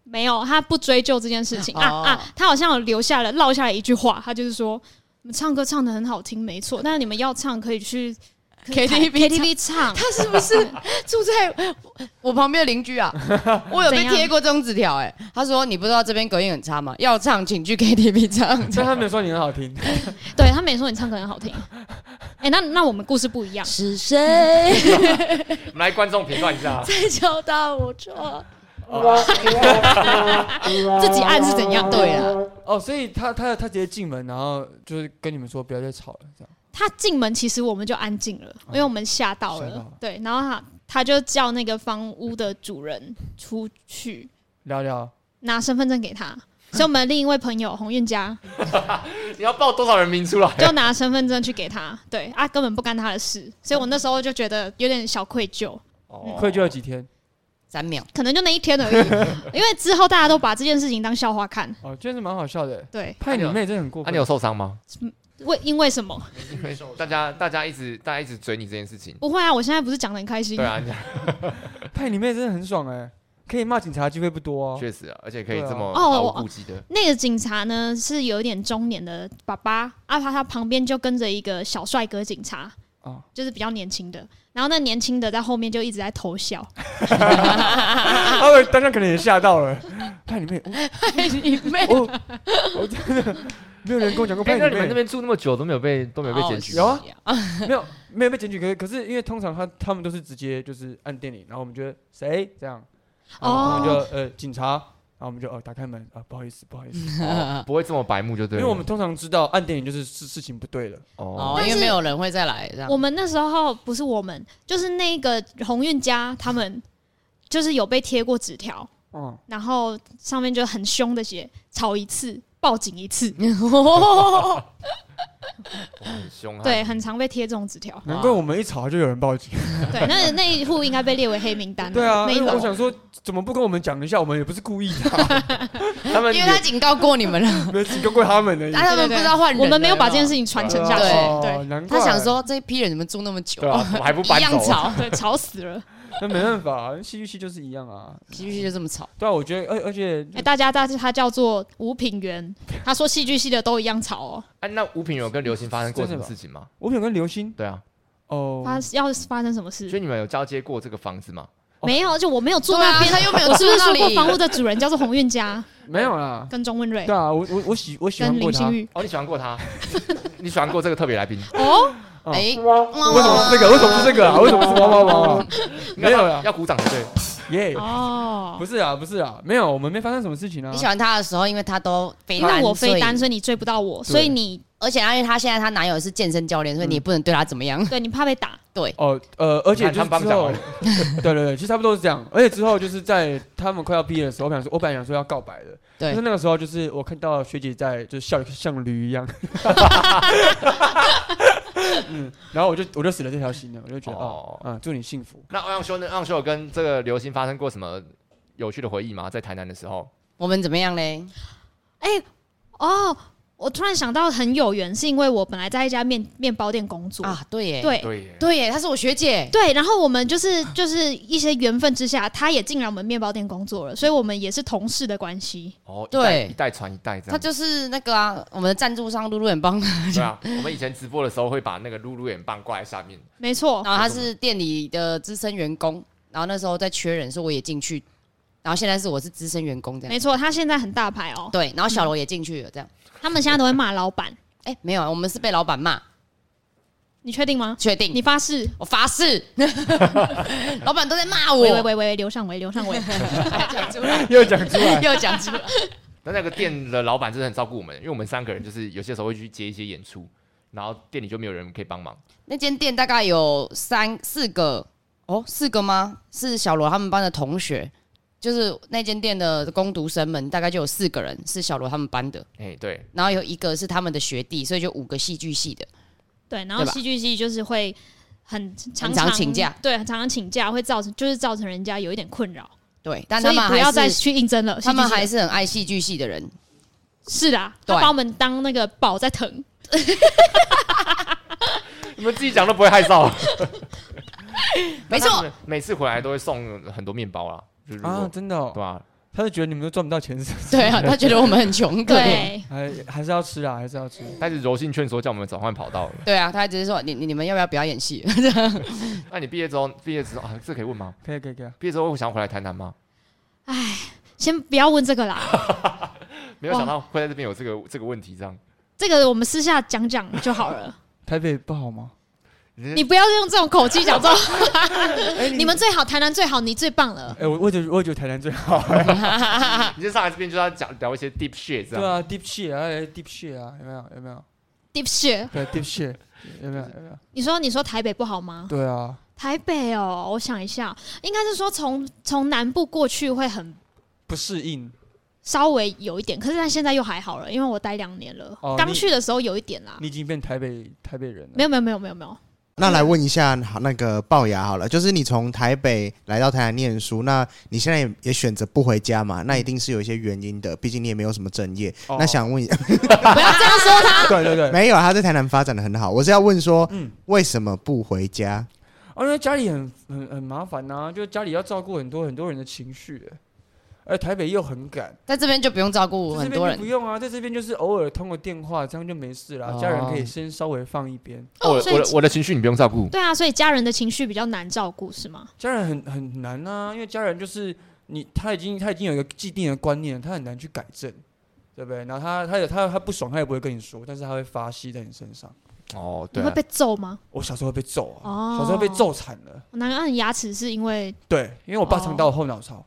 S4: 没有，他不追究这件事情啊
S3: 哦
S4: 啊！他好像有留下了落下了一句话，他就是说，你们唱歌唱的很好听，没错，但是你们要唱可以去
S3: KTV
S4: KTV 唱，
S3: 他是不 是住在我旁边的邻居啊？我有被
S4: 怎样
S3: 贴过这种纸条哎，他说你不知道这边隔音很差吗？要唱请去 KTV 唱。
S2: 但他没有说你很好听，
S4: 对他没说你唱歌很好听。哎，那那我们故事不一样，
S3: 是谁
S1: 我们来观众评断一下，
S3: 在敲打我窗？
S4: 自己按是怎样？
S3: 对啊，
S2: 哦，所以他他他直接进门，然后就是跟你们说不要再吵了，这样。
S4: 他进门，其实我们就安静了，因为我们吓到
S2: 哦吓到了
S4: 了。对，然后他他就叫那个房屋的主人出去
S2: 聊聊，
S4: 拿身份证 给他，所以我们另一位朋友洪运佳
S1: 你要报多少人名出来？
S4: 就拿身份证去给他。对啊，根本不干他的事，所以我那时候就觉得有点小愧疚，
S1: 哦
S2: 愧疚了几天？
S3: 三秒，
S4: 可能就那一天 而已，因为之后大家都把这件事情当笑话看。
S2: 哦，真的是蛮好笑的。哎
S4: 对，
S2: 派你妹真的很过
S1: 那
S2: 分。
S1: 啊你有受伤吗？
S4: 为因为什么？
S1: 因为大家大家一直大家一直追你这件事 情，
S4: 不会啊，我现在不是讲的很开心
S1: 对。啊，你
S2: 派你妹真的很爽哎、可以骂警察的机会不多哦。
S1: 确实啊，而且可以
S2: 对啊
S1: 这么
S4: 哦
S1: 毫
S4: 我
S1: 无顾忌的，
S4: 那个警察呢是有一点中年的爸爸，啊，他他旁边就跟着一个小帅哥警察，
S2: 哦
S4: 就是比较年轻的。然后那年轻的在后面就一直在偷 笑，
S2: 阿伟当然可能也吓到 了，派你妹，
S3: 派 你妹
S2: 我我我真的没有人跟我讲过
S1: 哎、
S2: 派
S1: 那
S2: 你
S1: 你们那
S2: 妹，
S1: 边住那么久都没有被都没有被检举
S2: 有
S1: 吗，
S2: 啊，没有没有被检举，可是可是因为通常他他们都是直接就是按电铃，然后我们觉得谁这样，然
S4: 哦
S2: 后我们就呃警察，然后我们就哦打开门啊不好意思不好意 思，
S1: 哦不会这么白目就对
S2: 因
S1: 了，
S2: 为我们通常知道按电铃就是事事情不对了，
S1: 哦
S3: 哦，因
S4: 但
S3: 为
S4: 是
S3: 没有人会再来这样
S4: 我。们那时候不是我们，就是那个鸿运家他们，就是有被贴过纸条，
S2: 嗯，
S4: 然后上面就很凶的写吵一次，报警一 次，
S2: 嗯
S1: 哇很凶啊悍，
S4: 对，很常被贴这种纸条。
S2: 难怪我们一吵就有人报警，
S4: 对，那那一户应该被列为黑名单了。
S2: 对啊，
S4: 那一
S2: 因为我
S4: 楼
S2: 想说怎么不跟我们讲一下，我们也不是故意的啊，
S1: 他们
S3: 因为他
S1: 也
S3: 警告过你们了，
S2: 没有警告过他们的，
S3: 啊但他们不知道换人了。
S4: 我们没有把这件
S3: 情。
S4: 事情传承下去。
S3: 对
S2: 哦
S4: 对，
S2: 难怪
S3: 他想说这一批人怎么住那么久哦
S1: 对， 啊，我还不搬
S3: 一样
S1: 走，
S3: 吵，
S4: 对，吵死了。
S2: 那没办法，戏剧系就是一样啊，
S3: 戏剧系就这么吵。
S2: 对啊，我觉得而而且
S4: 哎，大家大家他叫做吴品源，他说戏剧系的都一样吵哦。
S1: 哎、那吴品有跟刘星发生过什
S2: 真
S1: 么
S2: 的吧
S1: 事情吗？
S2: 吴品跟刘星
S1: 对啊，
S2: 哦，
S4: 发要是发生什么
S1: 所以
S4: 事？
S1: 你们有交接过这个房子吗？
S2: 哦
S4: 没有，就我没有住
S3: 对
S4: 那
S3: 啊，
S4: 边。
S3: 他又没有
S4: 我是
S3: 住
S4: 不是
S3: 那
S4: 说过
S3: 里。
S4: 房屋的主人叫做洪运家
S2: 没有啦，
S4: 跟钟文瑞
S2: 对啊，我我我喜我喜欢
S4: 跟
S2: 过
S4: 林
S2: 他
S4: 心，玉？
S1: 哦，你喜欢过他，你喜欢过这个特别来 宾？
S4: 哦，
S3: 哎，
S2: 为
S3: 为
S2: 什么是这个？为什么是这个啊？为什么是汪汪汪啊？没有啦，
S1: 要鼓掌才对。
S2: 耶，
S4: 哦
S2: 不，是啊，不是啊，没有，我们没发生什么事情啊
S3: 你。喜欢他的时候，因为他都非
S4: 因为
S3: 单，
S4: 啊我非
S3: 所以
S4: 单，所以你追不到我，
S2: 对
S4: 所以你
S3: 而且啊因为她现在她男友是健身教练，所以你也不能对她怎么样。
S4: 对你怕被打，
S2: 哦，呃，而且
S1: 你看
S2: 就是
S1: 他们
S2: 之
S1: 帮我
S2: 后， 对对对，其实差不多是这样。而且之后就是在他们快要毕业的时候，我本来说，我本来想说要告白的，
S3: 对
S2: 但是那个时候就是我看到学姐在就是笑得像驴一样， 嗯，然后我就我就死了这条心了，我就觉得哦
S1: 哦，
S2: 啊，祝你幸 福。
S1: 那欧阳修呢？欧阳修有跟这个刘星发生过什么有趣的回忆吗？在台南的时候，
S3: 我们怎么样嘞？
S4: 哎、哦，我突然想到很有缘，是因为我本来在一家面面包店工作，
S3: 啊，对耶，
S4: 对
S1: 对耶，
S3: 对耶，她是我学姐。
S4: 对，然后我们就是就是一些缘分之下，他也进来我们面包店工作了，所以我们也是同事的关系。
S1: 哦，一
S3: 对
S1: 代一代传一代这
S3: 她
S1: 样。
S3: 就是那个啊，我们的赞助商露露眼帮，然
S1: 对啊，我们以前直播的时候会把那个露露眼棒挂在下面，
S4: 没错，
S3: 后她是店里的资深员工，然后那时候在缺人，所以我也进去，然后现在是我是资深员工这样
S4: 没。错，他现在很大牌哦，
S3: 对，然后小楼也进去了这样。
S4: 他们现在都会骂老板，
S3: 哎，没有啊，我们是被老板骂，
S4: 你确定吗？
S3: 确定
S4: 你发誓？
S3: 我发誓， 老板都在骂我，
S4: 喂喂喂喂，刘尚伟，刘尚 伟，
S3: 还讲出来，
S2: 又讲出来，
S3: 又讲出来，
S1: 那那个店的老板真的很照顾我们，因为我们三个人就是有些时候会去接一些演出，然后店里就没有人可以帮忙。
S3: 那间店大概有三四个哦，四个吗？是小罗他们班的同学，就是那间店的工读生们，大概就有四个人是小罗他们班的，
S1: 哎、对，
S3: 然后有一个是他们的学弟，所以就五个戏剧系的。
S4: 对，然后
S3: 对吧
S4: 戏剧系就是会很常
S3: 很常请假，
S4: 对，很常常请假会造成就是造成人家有一点困扰，
S3: 对，但
S4: 所
S3: 他
S4: 以
S3: 们
S4: 不要再
S3: 还是
S4: 去应征了。
S3: 他们
S4: 戏剧系
S3: 还是很爱戏剧系的人，
S4: 是的，
S3: 对
S4: 他把我们当那个宝在疼。
S1: 你们自己讲都不会害臊。
S3: 没
S1: 但他
S3: 错，
S1: 们每次回来都会送很多面包啊，就是如果、
S2: 啊，真的
S1: 对
S2: 哦，
S1: 吧、
S2: 他是觉得你们都赚不到钱是不 是？
S3: 对啊，他觉得我们很 穷，可怜。
S4: 对，
S2: 还还是要吃啊，还是要吃。
S1: 但是柔性劝说叫我们转换跑道了。
S3: 对啊，他只是说你你你们要不要表演 戏？
S1: 那你毕业之后，毕业之后啊，这可以问吗？
S2: 可以可以可以啊，
S1: 毕业之后会想要回来台南吗？
S4: 哎，先不要问这个啦，
S1: 没有想到会在这边有这个这个问题，这样。
S4: 这个我们私下讲讲就好了。
S2: 台北不好吗？嗯
S4: 你不要用这种口气讲这种话，
S2: 哎
S4: 你们最好，台南最好，你最棒了。
S2: 哎，我我觉得我觉得台南最好。
S1: 你就上来这边就要讲聊一些 deep shit 这
S2: 对
S1: 样。
S2: 啊，deep shit 啊哎，deep shit 啊，有没有有没有？
S4: Deep shit，
S2: 对，deep shit 有没有有没有？
S4: 你说你说台北不好 吗？
S2: 对啊，
S4: 台北哦，我想一下，应该是说从从南部过去会很
S2: 不适应。
S4: 稍微有一点，可是但现在又还好了，因为我待两年了
S2: 哦，
S4: 刚、
S2: 你
S4: 去的时候有一点啦。
S2: 你已经变台北台北人了。
S4: 没有没有没有没有没有，
S5: 那来问一下好那个龅牙好了，就是你从台北来到台南念书，那你现在也也选择不回家嘛？那一定是有一些原因的，毕竟你也没有什么正业。
S2: 哦
S5: 那想问一，
S4: 不要这样说他。
S3: 啊
S2: 对对对，
S5: 没有，他在台南发展的很好。我是要问说，为什么不回家？
S2: 哦，因为家里很很很麻烦呐、就家里要照顾很多很多人的情绪，哎而台北又很赶，
S3: 在这边就不用照顾
S2: 在
S3: 很
S2: 这
S3: 多
S2: 边就
S3: 人
S2: 不，用啊，在这边就是偶尔通个电话，这样就没事啦，
S1: 哦
S2: 家人可以先稍微放一边，
S1: 我
S4: 哦，所
S1: 我
S4: 以
S1: 的我的情绪你不用照顾。
S4: 对啊，所以家人的情绪比较难照顾是吗？
S2: 家人很很难啊，因为家人就是你他已经他已经有一个既定的观念，他很难去改正。对不对？然后他他有他他不爽，他也不会跟你说，但是他会发泄在你身上。
S1: 哦，
S4: 你
S1: 对、
S4: 会
S1: 啊。
S4: 被揍吗？
S2: 我小时候被揍啊，
S4: 哦
S2: 小时候被揍惨了。
S4: 我南岸牙齿是因为
S2: 对，因为我爸常打我后脑勺，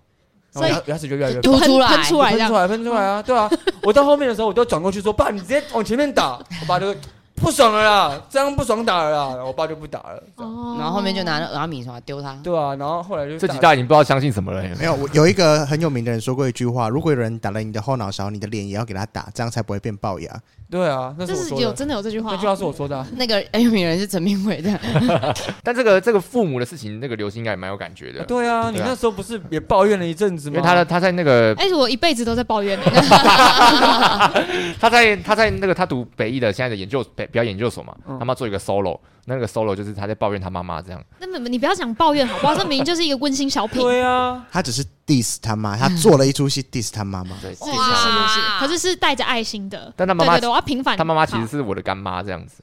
S2: 然后我
S4: 哦所以
S2: 牙牙齿就越来越
S3: 凸出来
S4: 喷出来
S2: 喷
S4: 这样哦
S2: 出。来，喷出来啊！对啊，我到后面的时候，我都转过去说：“爸，你直接往前面 打。”我爸就不爽了啦，这样不爽打了啦，然后我爸就不打了。这样
S4: 哦
S3: 然后后面就拿了俄阿米什么丢他。
S2: 对啊，然后后来就
S1: 这几代已经不知道相信什么了。
S5: 没有，我有一个很有名的人说过一句话：如果有人打了你的后脑勺，你的脸也要给他打，这样才不会变龅牙。
S2: 对啊，那是
S4: 这
S2: 我
S4: 是
S2: 说
S4: 有
S2: 的，
S4: 真的有这句话
S2: 那
S4: 哦，
S2: 句话是我说的啊。
S3: 那个有名人是陈明伟
S4: 啊
S3: 的，
S1: 但这个这个父母的事情，那个刘星应该也蛮有感觉的，
S2: 对啊，你那时候不是也抱怨了一阵子
S1: 因
S2: 吗？
S1: 为他的他在那个
S4: 哎，我一辈子都在抱怨欸你。
S1: 他在他在那个他读北艺的现在的研究北表演研究所嘛，
S2: 嗯
S1: 他妈做一个 solo，那个 solo 就是他在抱怨他妈妈这样。
S4: 那么你不要讲抱怨好不好？这明明就是一个温馨小品。
S2: 对啊，
S5: 他只是 diss 他妈，他做了一出戏 diss 他妈妈。
S1: 对，
S4: 是
S1: 谢
S4: 是
S1: 谢他
S4: 是是，可是是带着爱心的。
S1: 但他妈妈
S4: 对对对，我要平反
S1: 他妈妈其实
S4: 好
S1: 是我的干妈这样子。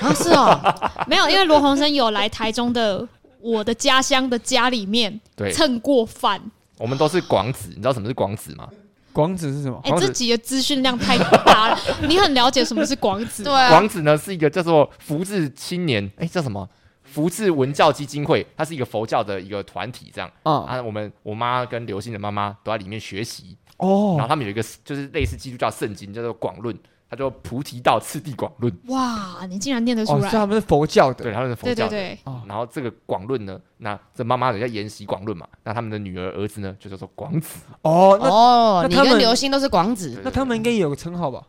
S3: 啊是哦，
S4: 没有，因为罗洪生有来台中的我的家乡的家里面
S1: 对，
S4: 蹭过饭。
S1: 我们都是广子，你知道什么是广子吗？
S2: 广子是什么？
S4: 哎，
S1: 广子
S4: 这集的资讯量太大了，你很了解什么是广 子
S3: 对
S4: 吗？
S3: 啊
S1: 广，子呢是一个叫做福智青年，哎，叫什么？福智文教基金会，它是一个佛教的一个团体，这样
S2: 啊
S1: 啊，我们我妈跟刘星的妈妈都在里面学习，然后
S2: 哦
S1: 他们有一个就是类似基督教圣经叫做《广论》，它他就菩提道次第广论，
S4: 哇，你竟然念得出
S2: 哦，
S4: 来
S2: 是！他们是佛教的
S1: 对，，他们啊是佛
S4: 对
S1: 教
S4: 对
S1: 的。
S4: 对，
S2: 哦
S1: 然后这个广论呢，那这妈妈的叫研习广论嘛，那他们的女儿儿子呢就叫做广子，
S2: 哦，那
S3: 哦，
S2: 那
S3: 你
S2: 他
S3: 跟
S2: 们
S3: 刘星都是广
S1: 对
S3: 子，
S2: 那他们应该也有个称号吧？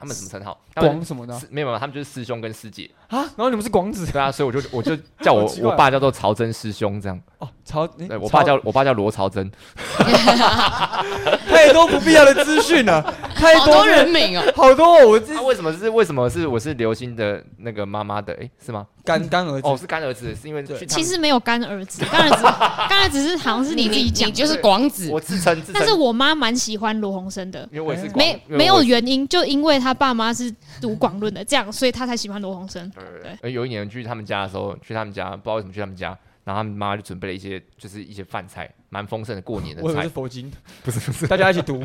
S1: 他们什么称号？他们
S2: 广什么的啊
S1: 是没有没有，他们就是师兄跟师姐，
S2: 啊？然后你们是广子
S1: 对啊，所以我就我 就叫我
S2: 好奇怪
S1: 我爸叫做曹真师兄这样，
S2: 哦，朝诶
S1: 对我
S2: 朝
S1: 爸叫我爸叫罗曹真，
S2: 太多不必要的资讯了，太
S4: 哎
S3: 好多人
S2: 了
S3: 名 哦，
S2: 好多哦我这
S1: 啊他为什么是为什么是我是刘星的那个妈妈的？诶，是吗？
S2: 干干儿
S1: 哦，
S2: 子，
S1: 是 干儿子，是因为
S2: 对
S1: 去他
S4: 其
S1: 们
S4: 实没有干儿子，干 儿子，干儿子是好像是你自 己讲
S3: 你
S4: 的，
S3: 就是广子
S1: 我自称自称
S4: 但是，我妈蛮喜欢罗洪生的，
S1: 因为我也是广
S4: 没
S1: 因为
S4: 没
S1: 我也
S4: 有
S1: 是
S4: 原因，就因为他爸妈是读广论的，这样，所以他才喜欢罗洪生。
S1: 对
S4: 对
S1: 呃，有一年去他们家的时候，去他们家，不知道为什么去他们家，然后他们妈就准备了一些，就是一些饭菜，蛮丰盛的过年的
S2: 我以为
S1: 菜
S2: 是，佛经，
S1: 哦不是不是。
S2: 大家一起读，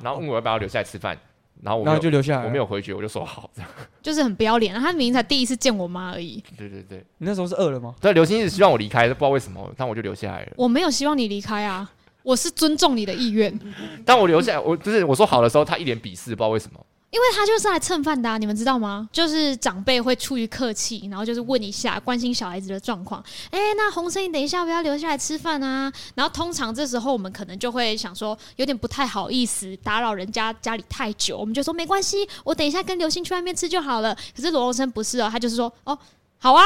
S1: 然后问我要不要留下来吃饭，然后我没
S2: 然后
S1: 有，
S2: 就留下来。
S1: 我没，有回绝，我就说好。这样
S4: 就是很不要脸。啊他明明才第一次见我妈而已，
S1: 对对对，
S2: 你那时候是饿了吗？
S1: 对，刘星一直希望我离开，不知道为什么，但我就留下来了。
S4: 我没有希望你离开啊，我是尊重你的意愿，因
S1: 但我留下来，我就是我说好的时候，他一脸鄙视，不知道为什么。
S4: 为他就是来蹭饭的、啊，你们知道吗？就是长辈会出于客气，然后就是问一下，关心小孩子的状况。哎、那洪生，你等一下要不要留下来吃饭啊？然后通常这时候我们可能就会想说，有点不太好意思打扰人家家里太久，我们就说没关系，我等一下跟刘星去外面吃就好了。可是罗洪生不是哦，他就是说哦，好啊，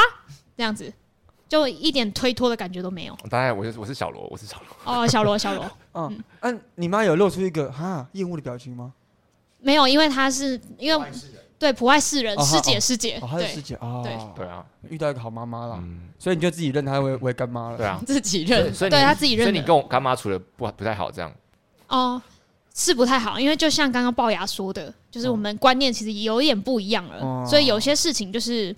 S4: 这样子。就一点推脱的感觉都没有
S1: 当 然，我就是我是小罗，我是小罗，
S4: 哦，小罗，小罗，
S2: 嗯，那你妈有露出一个哈厌恶的表情吗？
S4: 没有，因为他是因为对普外世人
S2: 哦
S4: 师姐
S2: 哦
S4: 师姐
S2: 哦，她是师
S4: 对
S2: 姐啊，
S1: 对，啊，
S2: 遇到一个好妈妈了，
S1: 嗯，
S2: 所以你就自己认她为为干妈了。
S1: 对啊。
S3: 自己
S1: 所以
S3: 认，
S1: 所以
S4: 对
S1: 你
S4: 他自己
S1: 所以
S4: 认
S1: 你
S4: 的
S1: 跟我干妈处的不不太好，这样
S4: 哦，是不太好，因为就像刚刚龅牙说的，就是
S3: 哦
S4: 我们观念其实有一点不一样了，
S2: 哦
S4: 所以有些事情就是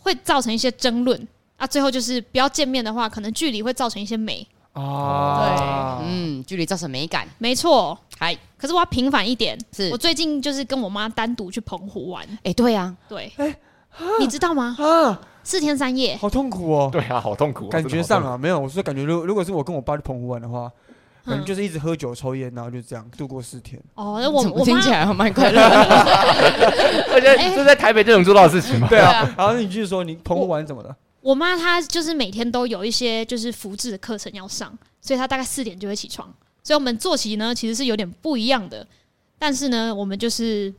S4: 会造成一些争论啊，最后就是不要见面的话，可能距离会造成一些美，
S2: 啊，
S3: 嗯，距离造成美感，
S4: 没错。
S3: 嗨，
S4: 可是我要平反一点，
S3: 是
S4: 我，最近就是跟我妈单独去澎湖玩，
S3: 哎，对啊，
S4: 对，你知道吗？
S2: 啊，
S4: 四天三夜，
S2: 好痛苦哦。
S1: 对啊，好痛苦哦，
S2: 感
S1: 真的
S2: 觉
S1: 好
S2: 上
S1: 痛
S2: 啊，没有，我说感觉如如果是我跟我爸去澎湖玩的话，可能
S4: 嗯，
S2: 就是一直喝酒抽烟，然后就这样度过四天。
S4: 哦，那我
S3: 怎么
S4: 我
S3: 听
S4: 妈
S3: 起来还蛮快乐 的，
S1: 苦，而且这是在台 北就能做到的事情吗？
S2: 对啊，然后你继续说你澎湖玩怎么了？
S4: 我妈她就是每天都有一些就是福祉的课程要上，所以她大概四点就会起床。所以我们作息呢其实是有点不一样的，但是呢，我们就是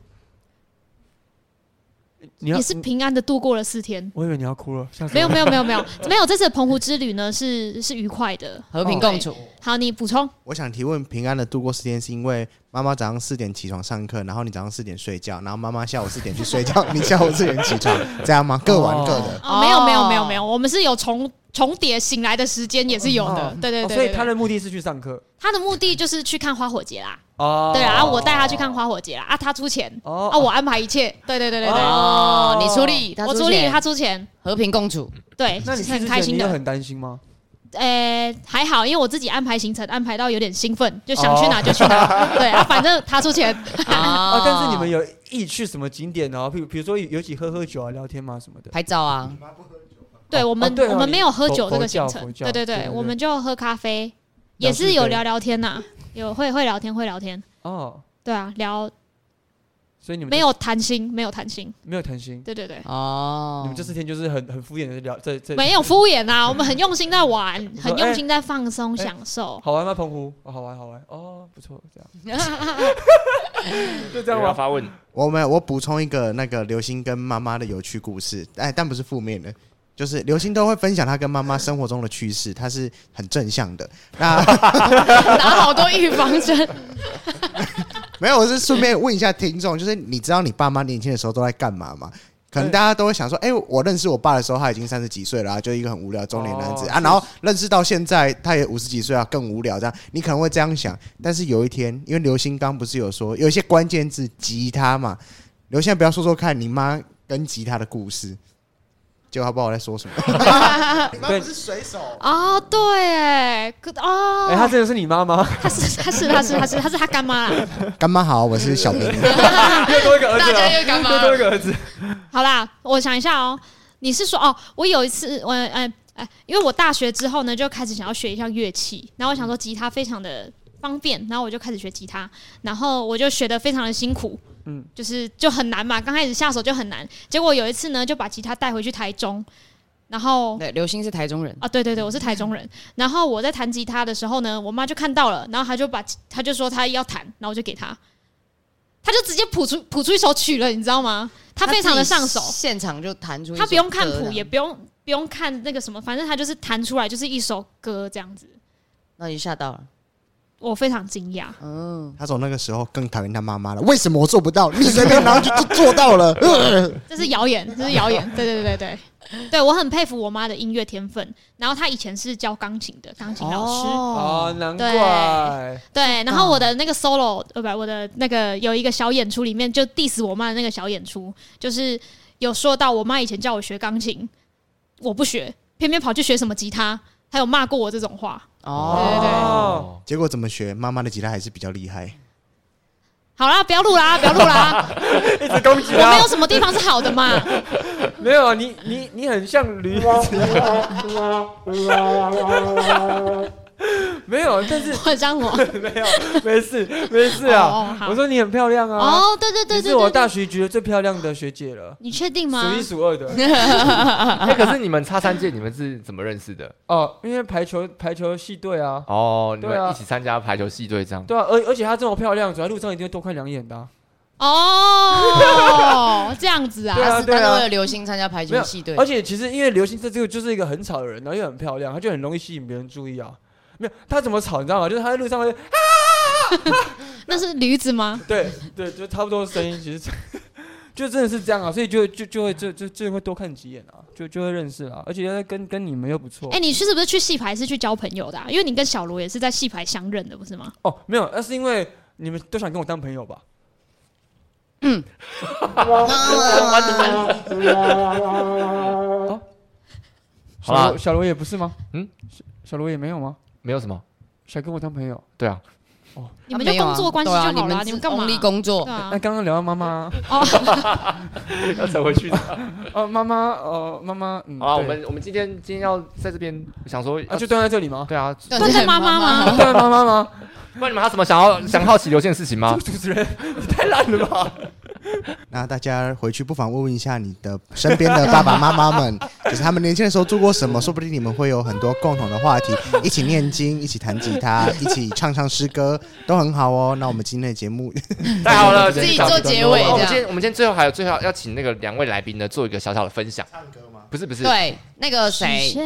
S2: 你要
S4: 也是平安的度过了四 天。
S2: 我以为你要哭了，吓死
S4: 没
S2: 我
S4: 有
S2: 了
S4: 没有没有没有没有，这次的澎湖之旅呢是是愉快的。
S3: 和平共处，
S4: 好，你补充
S5: 我想提问，平安的度过四天，是因为妈妈早上四点起床上课，然后你早上四点睡觉，然后妈妈下午四点去睡觉，你下午四点起床，这样吗？各玩各的。
S4: 哦，没有没有没有没有，我们是有重重叠醒来的时间也是有的
S2: 哦，
S4: 对对
S2: 哦
S4: 对。
S2: 所以
S4: 对
S2: 他的
S4: 对
S2: 目的是去上课
S4: 他的目的就是去看花火节啦，
S2: 哦
S4: 对啊，我带他去看花火节啦，啊，他出钱，
S2: 哦
S4: 啊，我安排一切，对对对对对，
S3: 哦，你出力，他
S4: 我出力，
S3: 钱
S4: 他出钱，
S3: 和平共 处，
S4: 对，
S2: 那你
S4: 是
S2: 去之
S4: 很
S2: 前
S4: 开心
S2: 你有
S4: 的。
S2: 很担心吗？
S4: 呃，还好，因为我自己安排行程，安排到有点兴奋，就想去哪就去哪。 对啊，反正他出钱。
S3: 啊
S4: 哦
S2: 啊，但是你
S3: 哦
S2: 们有一起去什么景点啊？比如比如说有一起喝喝酒啊、聊天嘛什么的。
S3: 拍照啊，
S4: 对我们
S2: 哦对，哦
S4: 我们没有喝酒
S2: 你
S4: 这个行
S2: 佛佛
S4: 程，
S2: 教
S4: 对对
S2: 对对
S4: 对，
S2: 对
S4: 我们就喝咖啡，
S2: 聊
S4: 也
S2: 是
S4: 是有
S2: 非
S4: 聊聊天呐，有会会聊天会聊天。
S2: 哦，
S4: 对啊，聊
S2: 所以你们
S4: 没有谈心，没有谈心。
S2: 没有谈心，
S4: 对对对，
S3: 哦，
S2: 你们这四天就是很很敷衍的聊，这这
S4: 没有敷衍啊，我们很用心 在玩，很
S2: 哎
S4: 用心在放松
S2: 哎
S4: 享受。
S2: 好玩吗？澎湖，哦好玩好玩哦，不错，这样 就这
S1: 有人要
S2: 样
S4: 哦
S2: 吧。
S1: 发问，
S5: 我们我补充一个那个刘星跟妈妈的有趣故事，哎，但不是负面的，就是刘星都会分享他跟妈妈生活中的趣事，他是很正向的。那
S2: 哎
S3: 拿好多预防针，
S5: 没有，我是顺便问一下听众，就是你知道你爸妈年轻的时候都在干嘛吗？可能大家都会想说，哎、我认识我爸的时候，他已经三十几岁了、啊，就一个很无聊的中年男子、
S2: 哦
S5: 啊。然后认识到现在，他也五十几岁啊，更无聊这样。你可能会这样想，但是有一天，因为刘星刚不是有说有一些关键字吉他嘛，刘星不要说说看你妈跟吉他的故事，结果他不知道我在说什么。 你
S2: 妈不
S5: 是水手，
S4: 哦，对，哎，可哦，
S2: 哎，他真的是你妈 妈？
S4: 他是他是他是他是他是他干妈 啦。
S5: 干妈好，我是小明。
S2: 又多一个儿
S3: 大
S2: 子
S3: 家
S4: 啊
S2: 了，
S3: 又干 嘛
S2: 又？多一个儿子。
S4: 好啦，我想一下哦，你是说哦，我有一次，我呃呃，因为我大学之后呢，就开始想要学一项乐器，然后我想说吉他非常的方便，然后我就开始学吉他，然后我就学的非常的辛苦，
S2: 嗯
S4: 就是就很难嘛，刚开始下手就很难。结果有一次呢，就把吉他带回去台中，然后
S3: 对，刘星是台中人，
S4: 啊，对对对，我是台中人。然后我在弹吉他的时候呢，我妈就看到了，然后她就把她就说她要弹，然后我就给她，她就直接谱出谱出一首曲了，你知道吗？她非常的上手
S3: 自，己现场就弹出一首歌这样，
S4: 她不用看谱，也不用不用看那个什么，反正她就是弹出来就是一首歌这样子。
S3: 那你吓到了，
S4: 我非常 惊讶，
S3: 嗯，
S5: 他从那个时候更讨厌他妈妈了。为什么我做不到？你随便，然后就就做到 了。呃
S4: 这是谣言，这是谣 言。对对对对对，对我很佩服我妈的音乐天分。然后她以前是教钢琴的钢琴老师，
S2: 啊，
S3: 哦，
S2: 难
S4: 对
S2: 怪
S4: 对，然后我的那个 solo，呃，不，我的那个有一个小演出里面就 diss 我妈的那个小演出，就是有说到我妈以前叫我学钢琴，我不学，偏偏跑去学什么吉他，还有骂过我这种话。对对
S3: 哦，
S2: 哦，
S5: 结果怎么学？妈妈的吉他还是比较厉害。
S4: 好啦，不要录啦，不要录 啦，
S2: 一直攻击
S4: 我没
S2: 他
S4: 有，什么地方是好的嘛。
S2: 没有啊，你你你很像 驴子，没有，但 是
S4: 我张我
S2: 没有，没事没事啊，
S4: 哦，好
S2: 我说你很漂亮啊，
S4: 哦，对对对
S2: 你
S4: 对
S2: 是我
S4: 对，
S2: 大学觉得最漂亮的学姐了，
S4: 你确定
S2: 数
S4: 吗
S2: 一？数二 的。
S1: 哎，可是你们差三届，你们是怎么认识的？
S2: 哦，因为排球排球系队啊，
S1: 哦，你
S2: 对
S1: 们
S2: 啊
S1: 一起参加排球系队这样。
S2: 对啊，而而且她这么漂亮，走在路上一定会多看两眼的啊、
S4: 哦， 这样子啊
S2: 对，啊
S3: 他是他是为了刘星参加排球系队
S2: 而，且其实因为刘星这这个就是一个很吵的人，然后又很漂亮，她就很容易吸引别人注意啊。没有，她怎么吵你知道吗？就是她在路上会，
S4: 那是驴子吗？
S2: 对对，就差不多的声音，其实 就真的是这样啊，所以就就就会就就就会多看几眼啊，就就会认识啊，而且跟跟你们又不错。
S4: 哎、你去是不是去戏牌是去交朋友的、啊？因为你跟小罗也是在戏牌相认的，不是吗？
S2: 哦，没有，那是因为你们都想跟我当朋友吧？ 哦
S1: 好啦
S2: 小罗小罗也不是吗？
S1: 嗯
S2: 嗯，小罗也没有吗？
S1: 没有什么，
S2: 想跟我当朋友？
S1: 对啊，
S4: 你们就
S3: 啊
S4: 工作关系就好了，你们干嘛？
S3: 力工作
S4: 对，啊
S2: 那，刚刚聊到妈妈，
S1: 要扯回去的。
S2: 哦，妈妈，哦，妈妈，嗯，
S1: 好啊，我
S2: 对
S1: 们我们今天今天要在这边想说
S2: 啊，就断在这里 吗？
S1: 对啊， 不
S4: 断在妈妈吗？
S2: 断妈妈吗？
S1: 然你们还有什么想要想好奇刘宪的事情吗？
S2: 主持人，你太烂了吧！
S5: 那大家回去不妨问问一下你的身边的爸爸妈 妈们，就是他们年轻的时候做过什么，说不定你们会有很多共同的 话题，一起念经，一起弹吉他，一起唱唱诗歌，都很好哦。那我们今天的节目，
S1: 太好了，
S3: 自己
S1: 这样
S3: 做结尾
S1: 哦我们
S3: 这
S1: 今天
S3: 样。
S1: 我们今天最后还有最后要请那个两位来宾呢做一个小小的分享。唱歌吗？不是不是，
S3: 对，那个
S4: 是
S3: 谁，
S4: 谁？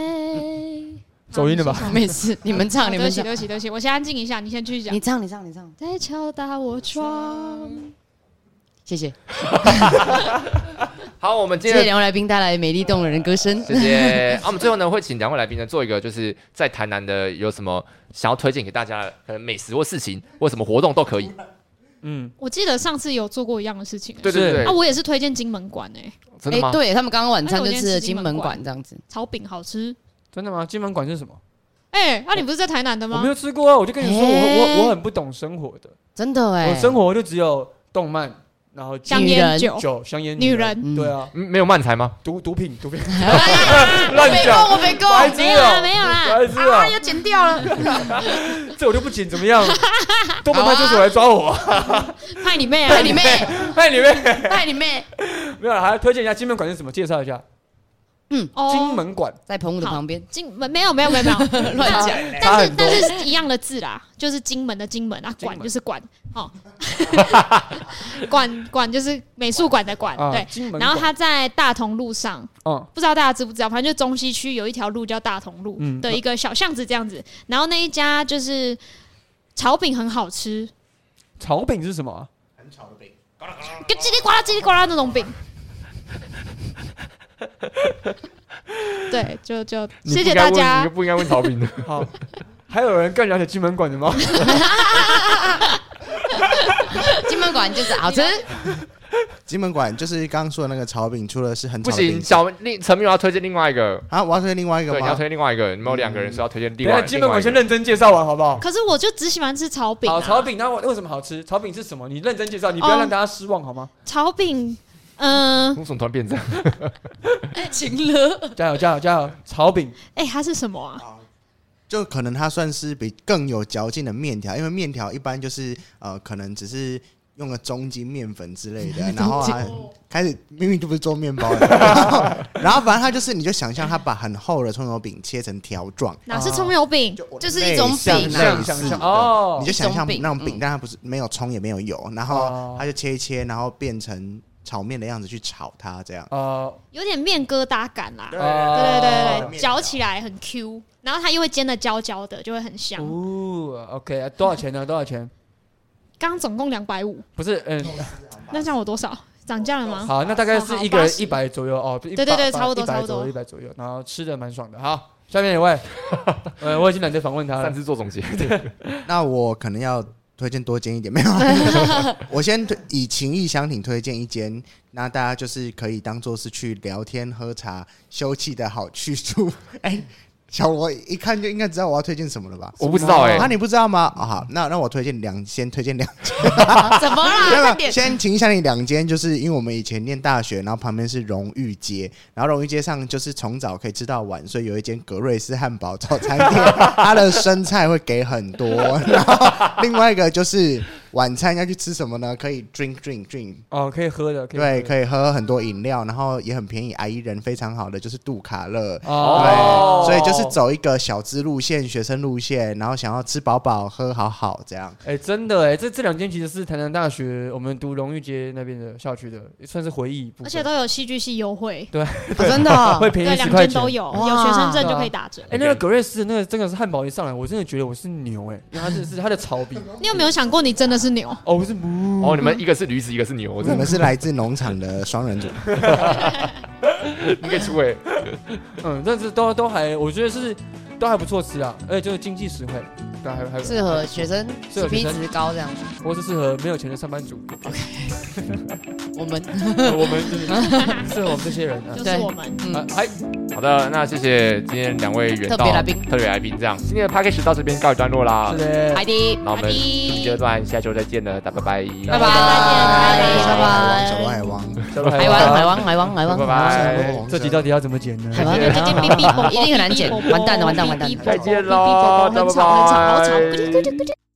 S2: 走音了吧
S4: 啊
S3: 没事，你们唱，你们唱
S4: 你先唱对，不起，对不起，对不起，我先安静一下，你先继续讲
S3: 你。唱，你唱，你唱，
S4: 在敲打我窗，
S3: 谢谢，
S1: 好，我们今
S3: 谢谢
S1: 天。
S3: 两位来宾带来美丽动人的歌声。
S1: 谢谢。啊，我们最后呢会请两位来宾呢做一个，就是在台南的有什么想要推荐给大家的，可能美食或事情或什么活动都可以。
S2: 嗯，
S4: 我记得上次有做过一样的事情、欸。
S1: 对对对
S4: 啊，
S1: 对，
S4: 我也是推荐金门馆哎诶、
S1: 真的吗？
S3: 对他们刚刚晚餐
S4: 哎我
S3: 就
S4: 今天
S3: 吃了
S4: 吃
S3: 金
S4: 金
S3: 门
S4: 门
S3: 馆这样子，
S4: 炒饼好吃。
S2: 真的吗？金门馆是什么？
S4: 哎、啊，你不是在台南的
S2: 我
S4: 吗
S2: 没？有吃过啊，我就跟你说，我
S3: 哎
S2: 我我很不懂生活的，
S3: 真的哎
S2: 我，生活就只有动漫，然后
S4: 香
S3: 女
S4: 烟
S3: 人
S4: 酒，
S2: 酒、香烟、
S4: 女
S2: 人，
S4: 人。
S3: 嗯
S2: 对啊，
S1: 嗯没有漫才吗？
S2: 毒毒品、毒 品，
S3: 我没够，我没够，
S2: 白痴
S4: 没有啦，
S2: 啊，
S4: 没有啦，
S2: 白痴啊，
S3: 要 剪掉了。
S2: 这我就不剪怎么 样？东门派出所来抓我，
S4: 啊 派你妹啊！
S3: 带你妹，
S2: 派你们
S3: 带你妹，
S2: 没有了，还要推荐一下金门馆是什么？介绍一下
S4: 哦
S2: 金门馆，
S3: 在澎湖的旁边
S4: 金门没有没有没有没有，
S3: 乱讲。
S2: 差
S4: 但是
S2: 很多
S4: 但是一样的字啦，就是金门的金门啊，
S2: 金门
S4: 馆就是馆哦， 馆馆就是美术馆的馆，
S2: 啊
S4: 对。
S2: 金门
S4: 然
S2: 馆，
S4: 后它在大同路上，
S2: 嗯
S4: 不知道大家知不知道，反正就中西区有一条路叫大同路
S2: 嗯
S4: 的一个小巷子这样子。然后那一家就是炒饼很好吃，
S2: 炒饼是什么啊？
S4: 跟叽里呱啦叽里呱啦那种饼。对，就就
S1: 你
S4: 谢
S1: 不
S4: 谢
S1: 该
S4: 大
S1: 问
S4: 家
S1: 你就。不应该问曹 斌的。
S2: 好，还有人更了解金门馆的 吗？
S3: 金门馆就是好吃，
S5: 金门馆就是刚刚说的那个炒饼，除了是很
S1: 不
S5: 炒的饼
S1: 行，小另陈明我要推荐另外一个，
S5: 啊，我要推另外一个
S1: 对，你要
S5: 吗
S1: 推？荐另外一个，你们有两个人是要推荐另
S2: 等一
S1: 外
S2: 下
S1: 另
S2: 金门
S1: 外
S2: 馆
S1: 一个
S2: 先认真介绍完好不好？
S4: 可是我就只喜欢吃炒饼、
S2: 好，
S4: 啊。
S2: 炒饼那为为什么好吃？炒饼是什么？你认真介绍，你不要
S4: 哦
S2: 让大家失望好吗？
S4: 炒饼，嗯、
S1: 为什么突然 变这样？
S3: 晴了。
S2: 加油加油加油！炒饼
S4: 哎、它是什么啊？
S5: 就可能它算是比更有嚼劲的面条，因为面条一般就是呃，可能只是。用了中筋面粉之 类的，然后啊开始明明就不是做面包的，然后 然后反正他就是你就想象他把很厚的葱油饼切成条状，
S4: 哪是葱油饼？
S5: 就我
S3: 就是一种
S5: 类像
S3: 饼啊嗯
S5: 类似的
S2: 哦
S5: 你，就想象
S3: 一种饼
S5: 那种饼，但它不是没有葱也没有油，然
S2: 哦
S5: 后它就切一切，然后变成炒面的样子去炒它，这样。
S2: 哦，
S4: 有点面疙瘩感啦。
S5: 对
S4: 对对对对，
S5: 面
S4: 嚼起来很 Q，然后它又会煎的焦焦的，就会很香。
S2: 哦，OK，啊多少钱呢？多少钱？
S4: 刚总共两百五，
S2: 不是，嗯，
S4: 那这样我多少？涨价了吗？
S2: 好，那大概是一个
S4: 哦好
S2: 人
S4: 80
S2: 一百左右哦，对
S4: 对对差不多
S2: 一百
S4: 差不多
S2: 左右，一百左右，然后吃的蛮爽的。好，下面一位，呃，我已经懒得访问他
S1: 擅
S2: 了。
S1: 自做总结，
S5: 那我可能要推荐多间一点，没有啊，我先推以情谊相挺推荐一间，那大家就是可以当做是去聊天、喝茶、休憩的好去处。哎、小罗一看就应该知道我要推荐什么了吧？
S1: 我不知道哎、
S5: 啊，你不知道吗？啊，好，那那我推荐两，先推荐两。
S3: 怎么啦？
S5: 那
S3: 快
S5: 个
S3: 点
S5: 先请一下你两间，就是因为我们以前念大学，然后旁边是荣誉街，然后荣誉街上就是从早可以吃到晚，所以有一间格瑞斯汉堡早餐店，它的生菜会给很多。然后另外一个就是晚餐要去吃什么呢？可以 drink drink drink，
S2: 哦，可以喝的，可以
S5: 对，
S2: 以。
S5: 可以喝很多饮料，然后也很便宜，阿姨人非常好的就是杜卡乐。
S2: 哦，
S5: 对，所以就是走一个小资路线、学生路线，然后想要吃饱饱、喝好好这样。
S2: 哎，真的哎，这这两间其实是台南大学我们读荣誉街那边的校区的，也算是回忆部分。
S4: 而且都有戏剧系优惠，
S3: 哦真的哦
S2: 会便
S4: 对，
S2: 宜十
S4: 两
S2: 块
S4: 间
S2: 钱
S4: 都。有，
S3: 哇
S4: 有学生证就可以打折。
S2: 哎，那个格瑞斯那个真的是汉堡一上来，我真的觉得我是牛哎，因为它真的是它的草比
S4: 你有没有想过，你真的是牛？
S2: 哦，我是母
S1: 哦，你们一个是驴子，一个是牛，我
S5: 我
S1: 真的
S5: 们是来自农场的双人组，
S1: 你可以出哎、
S2: 嗯，但是都都还，我觉得是都还不错吃啊，而且就是经济实惠，对，还还
S3: 适合学生
S2: 适合学
S3: CP
S2: 生
S3: 值高这样。
S2: 我是适合没有钱的上班族，
S3: 我们
S2: 我们就是适合我们这些人啊。
S4: 就是
S3: 对
S4: 我们。
S3: 嗯
S2: 啊，还
S1: 哎好的，那谢谢今天两位远道
S3: 特别来宾
S1: 特别来宾这样，今天的 p a c k a g e 到这边告一段落啦
S2: 是。的，
S3: ，ID
S1: 那我们第阶
S3: ID，
S1: 段下周再见了，大家拜拜。
S3: 拜拜，
S5: 小罗海王，小罗
S3: 拜
S5: 海王。
S2: 小鹿
S3: 拜，海王，海王，海王，海王，
S1: 拜拜，
S2: 这集到底要怎么剪呢？
S3: 海王，
S1: 谢谢
S4: 最近哔 哔啵啵
S3: 一定很难剪
S4: 哔哔啵啵
S3: 完蛋了完蛋完蛋
S4: 哔哔啵啵
S1: 再见
S4: 哔哔啵啵
S1: 喽，
S4: 很吵很吵好
S1: 拜
S4: 吵，
S1: 拜
S4: 咕噜咕噜咕噜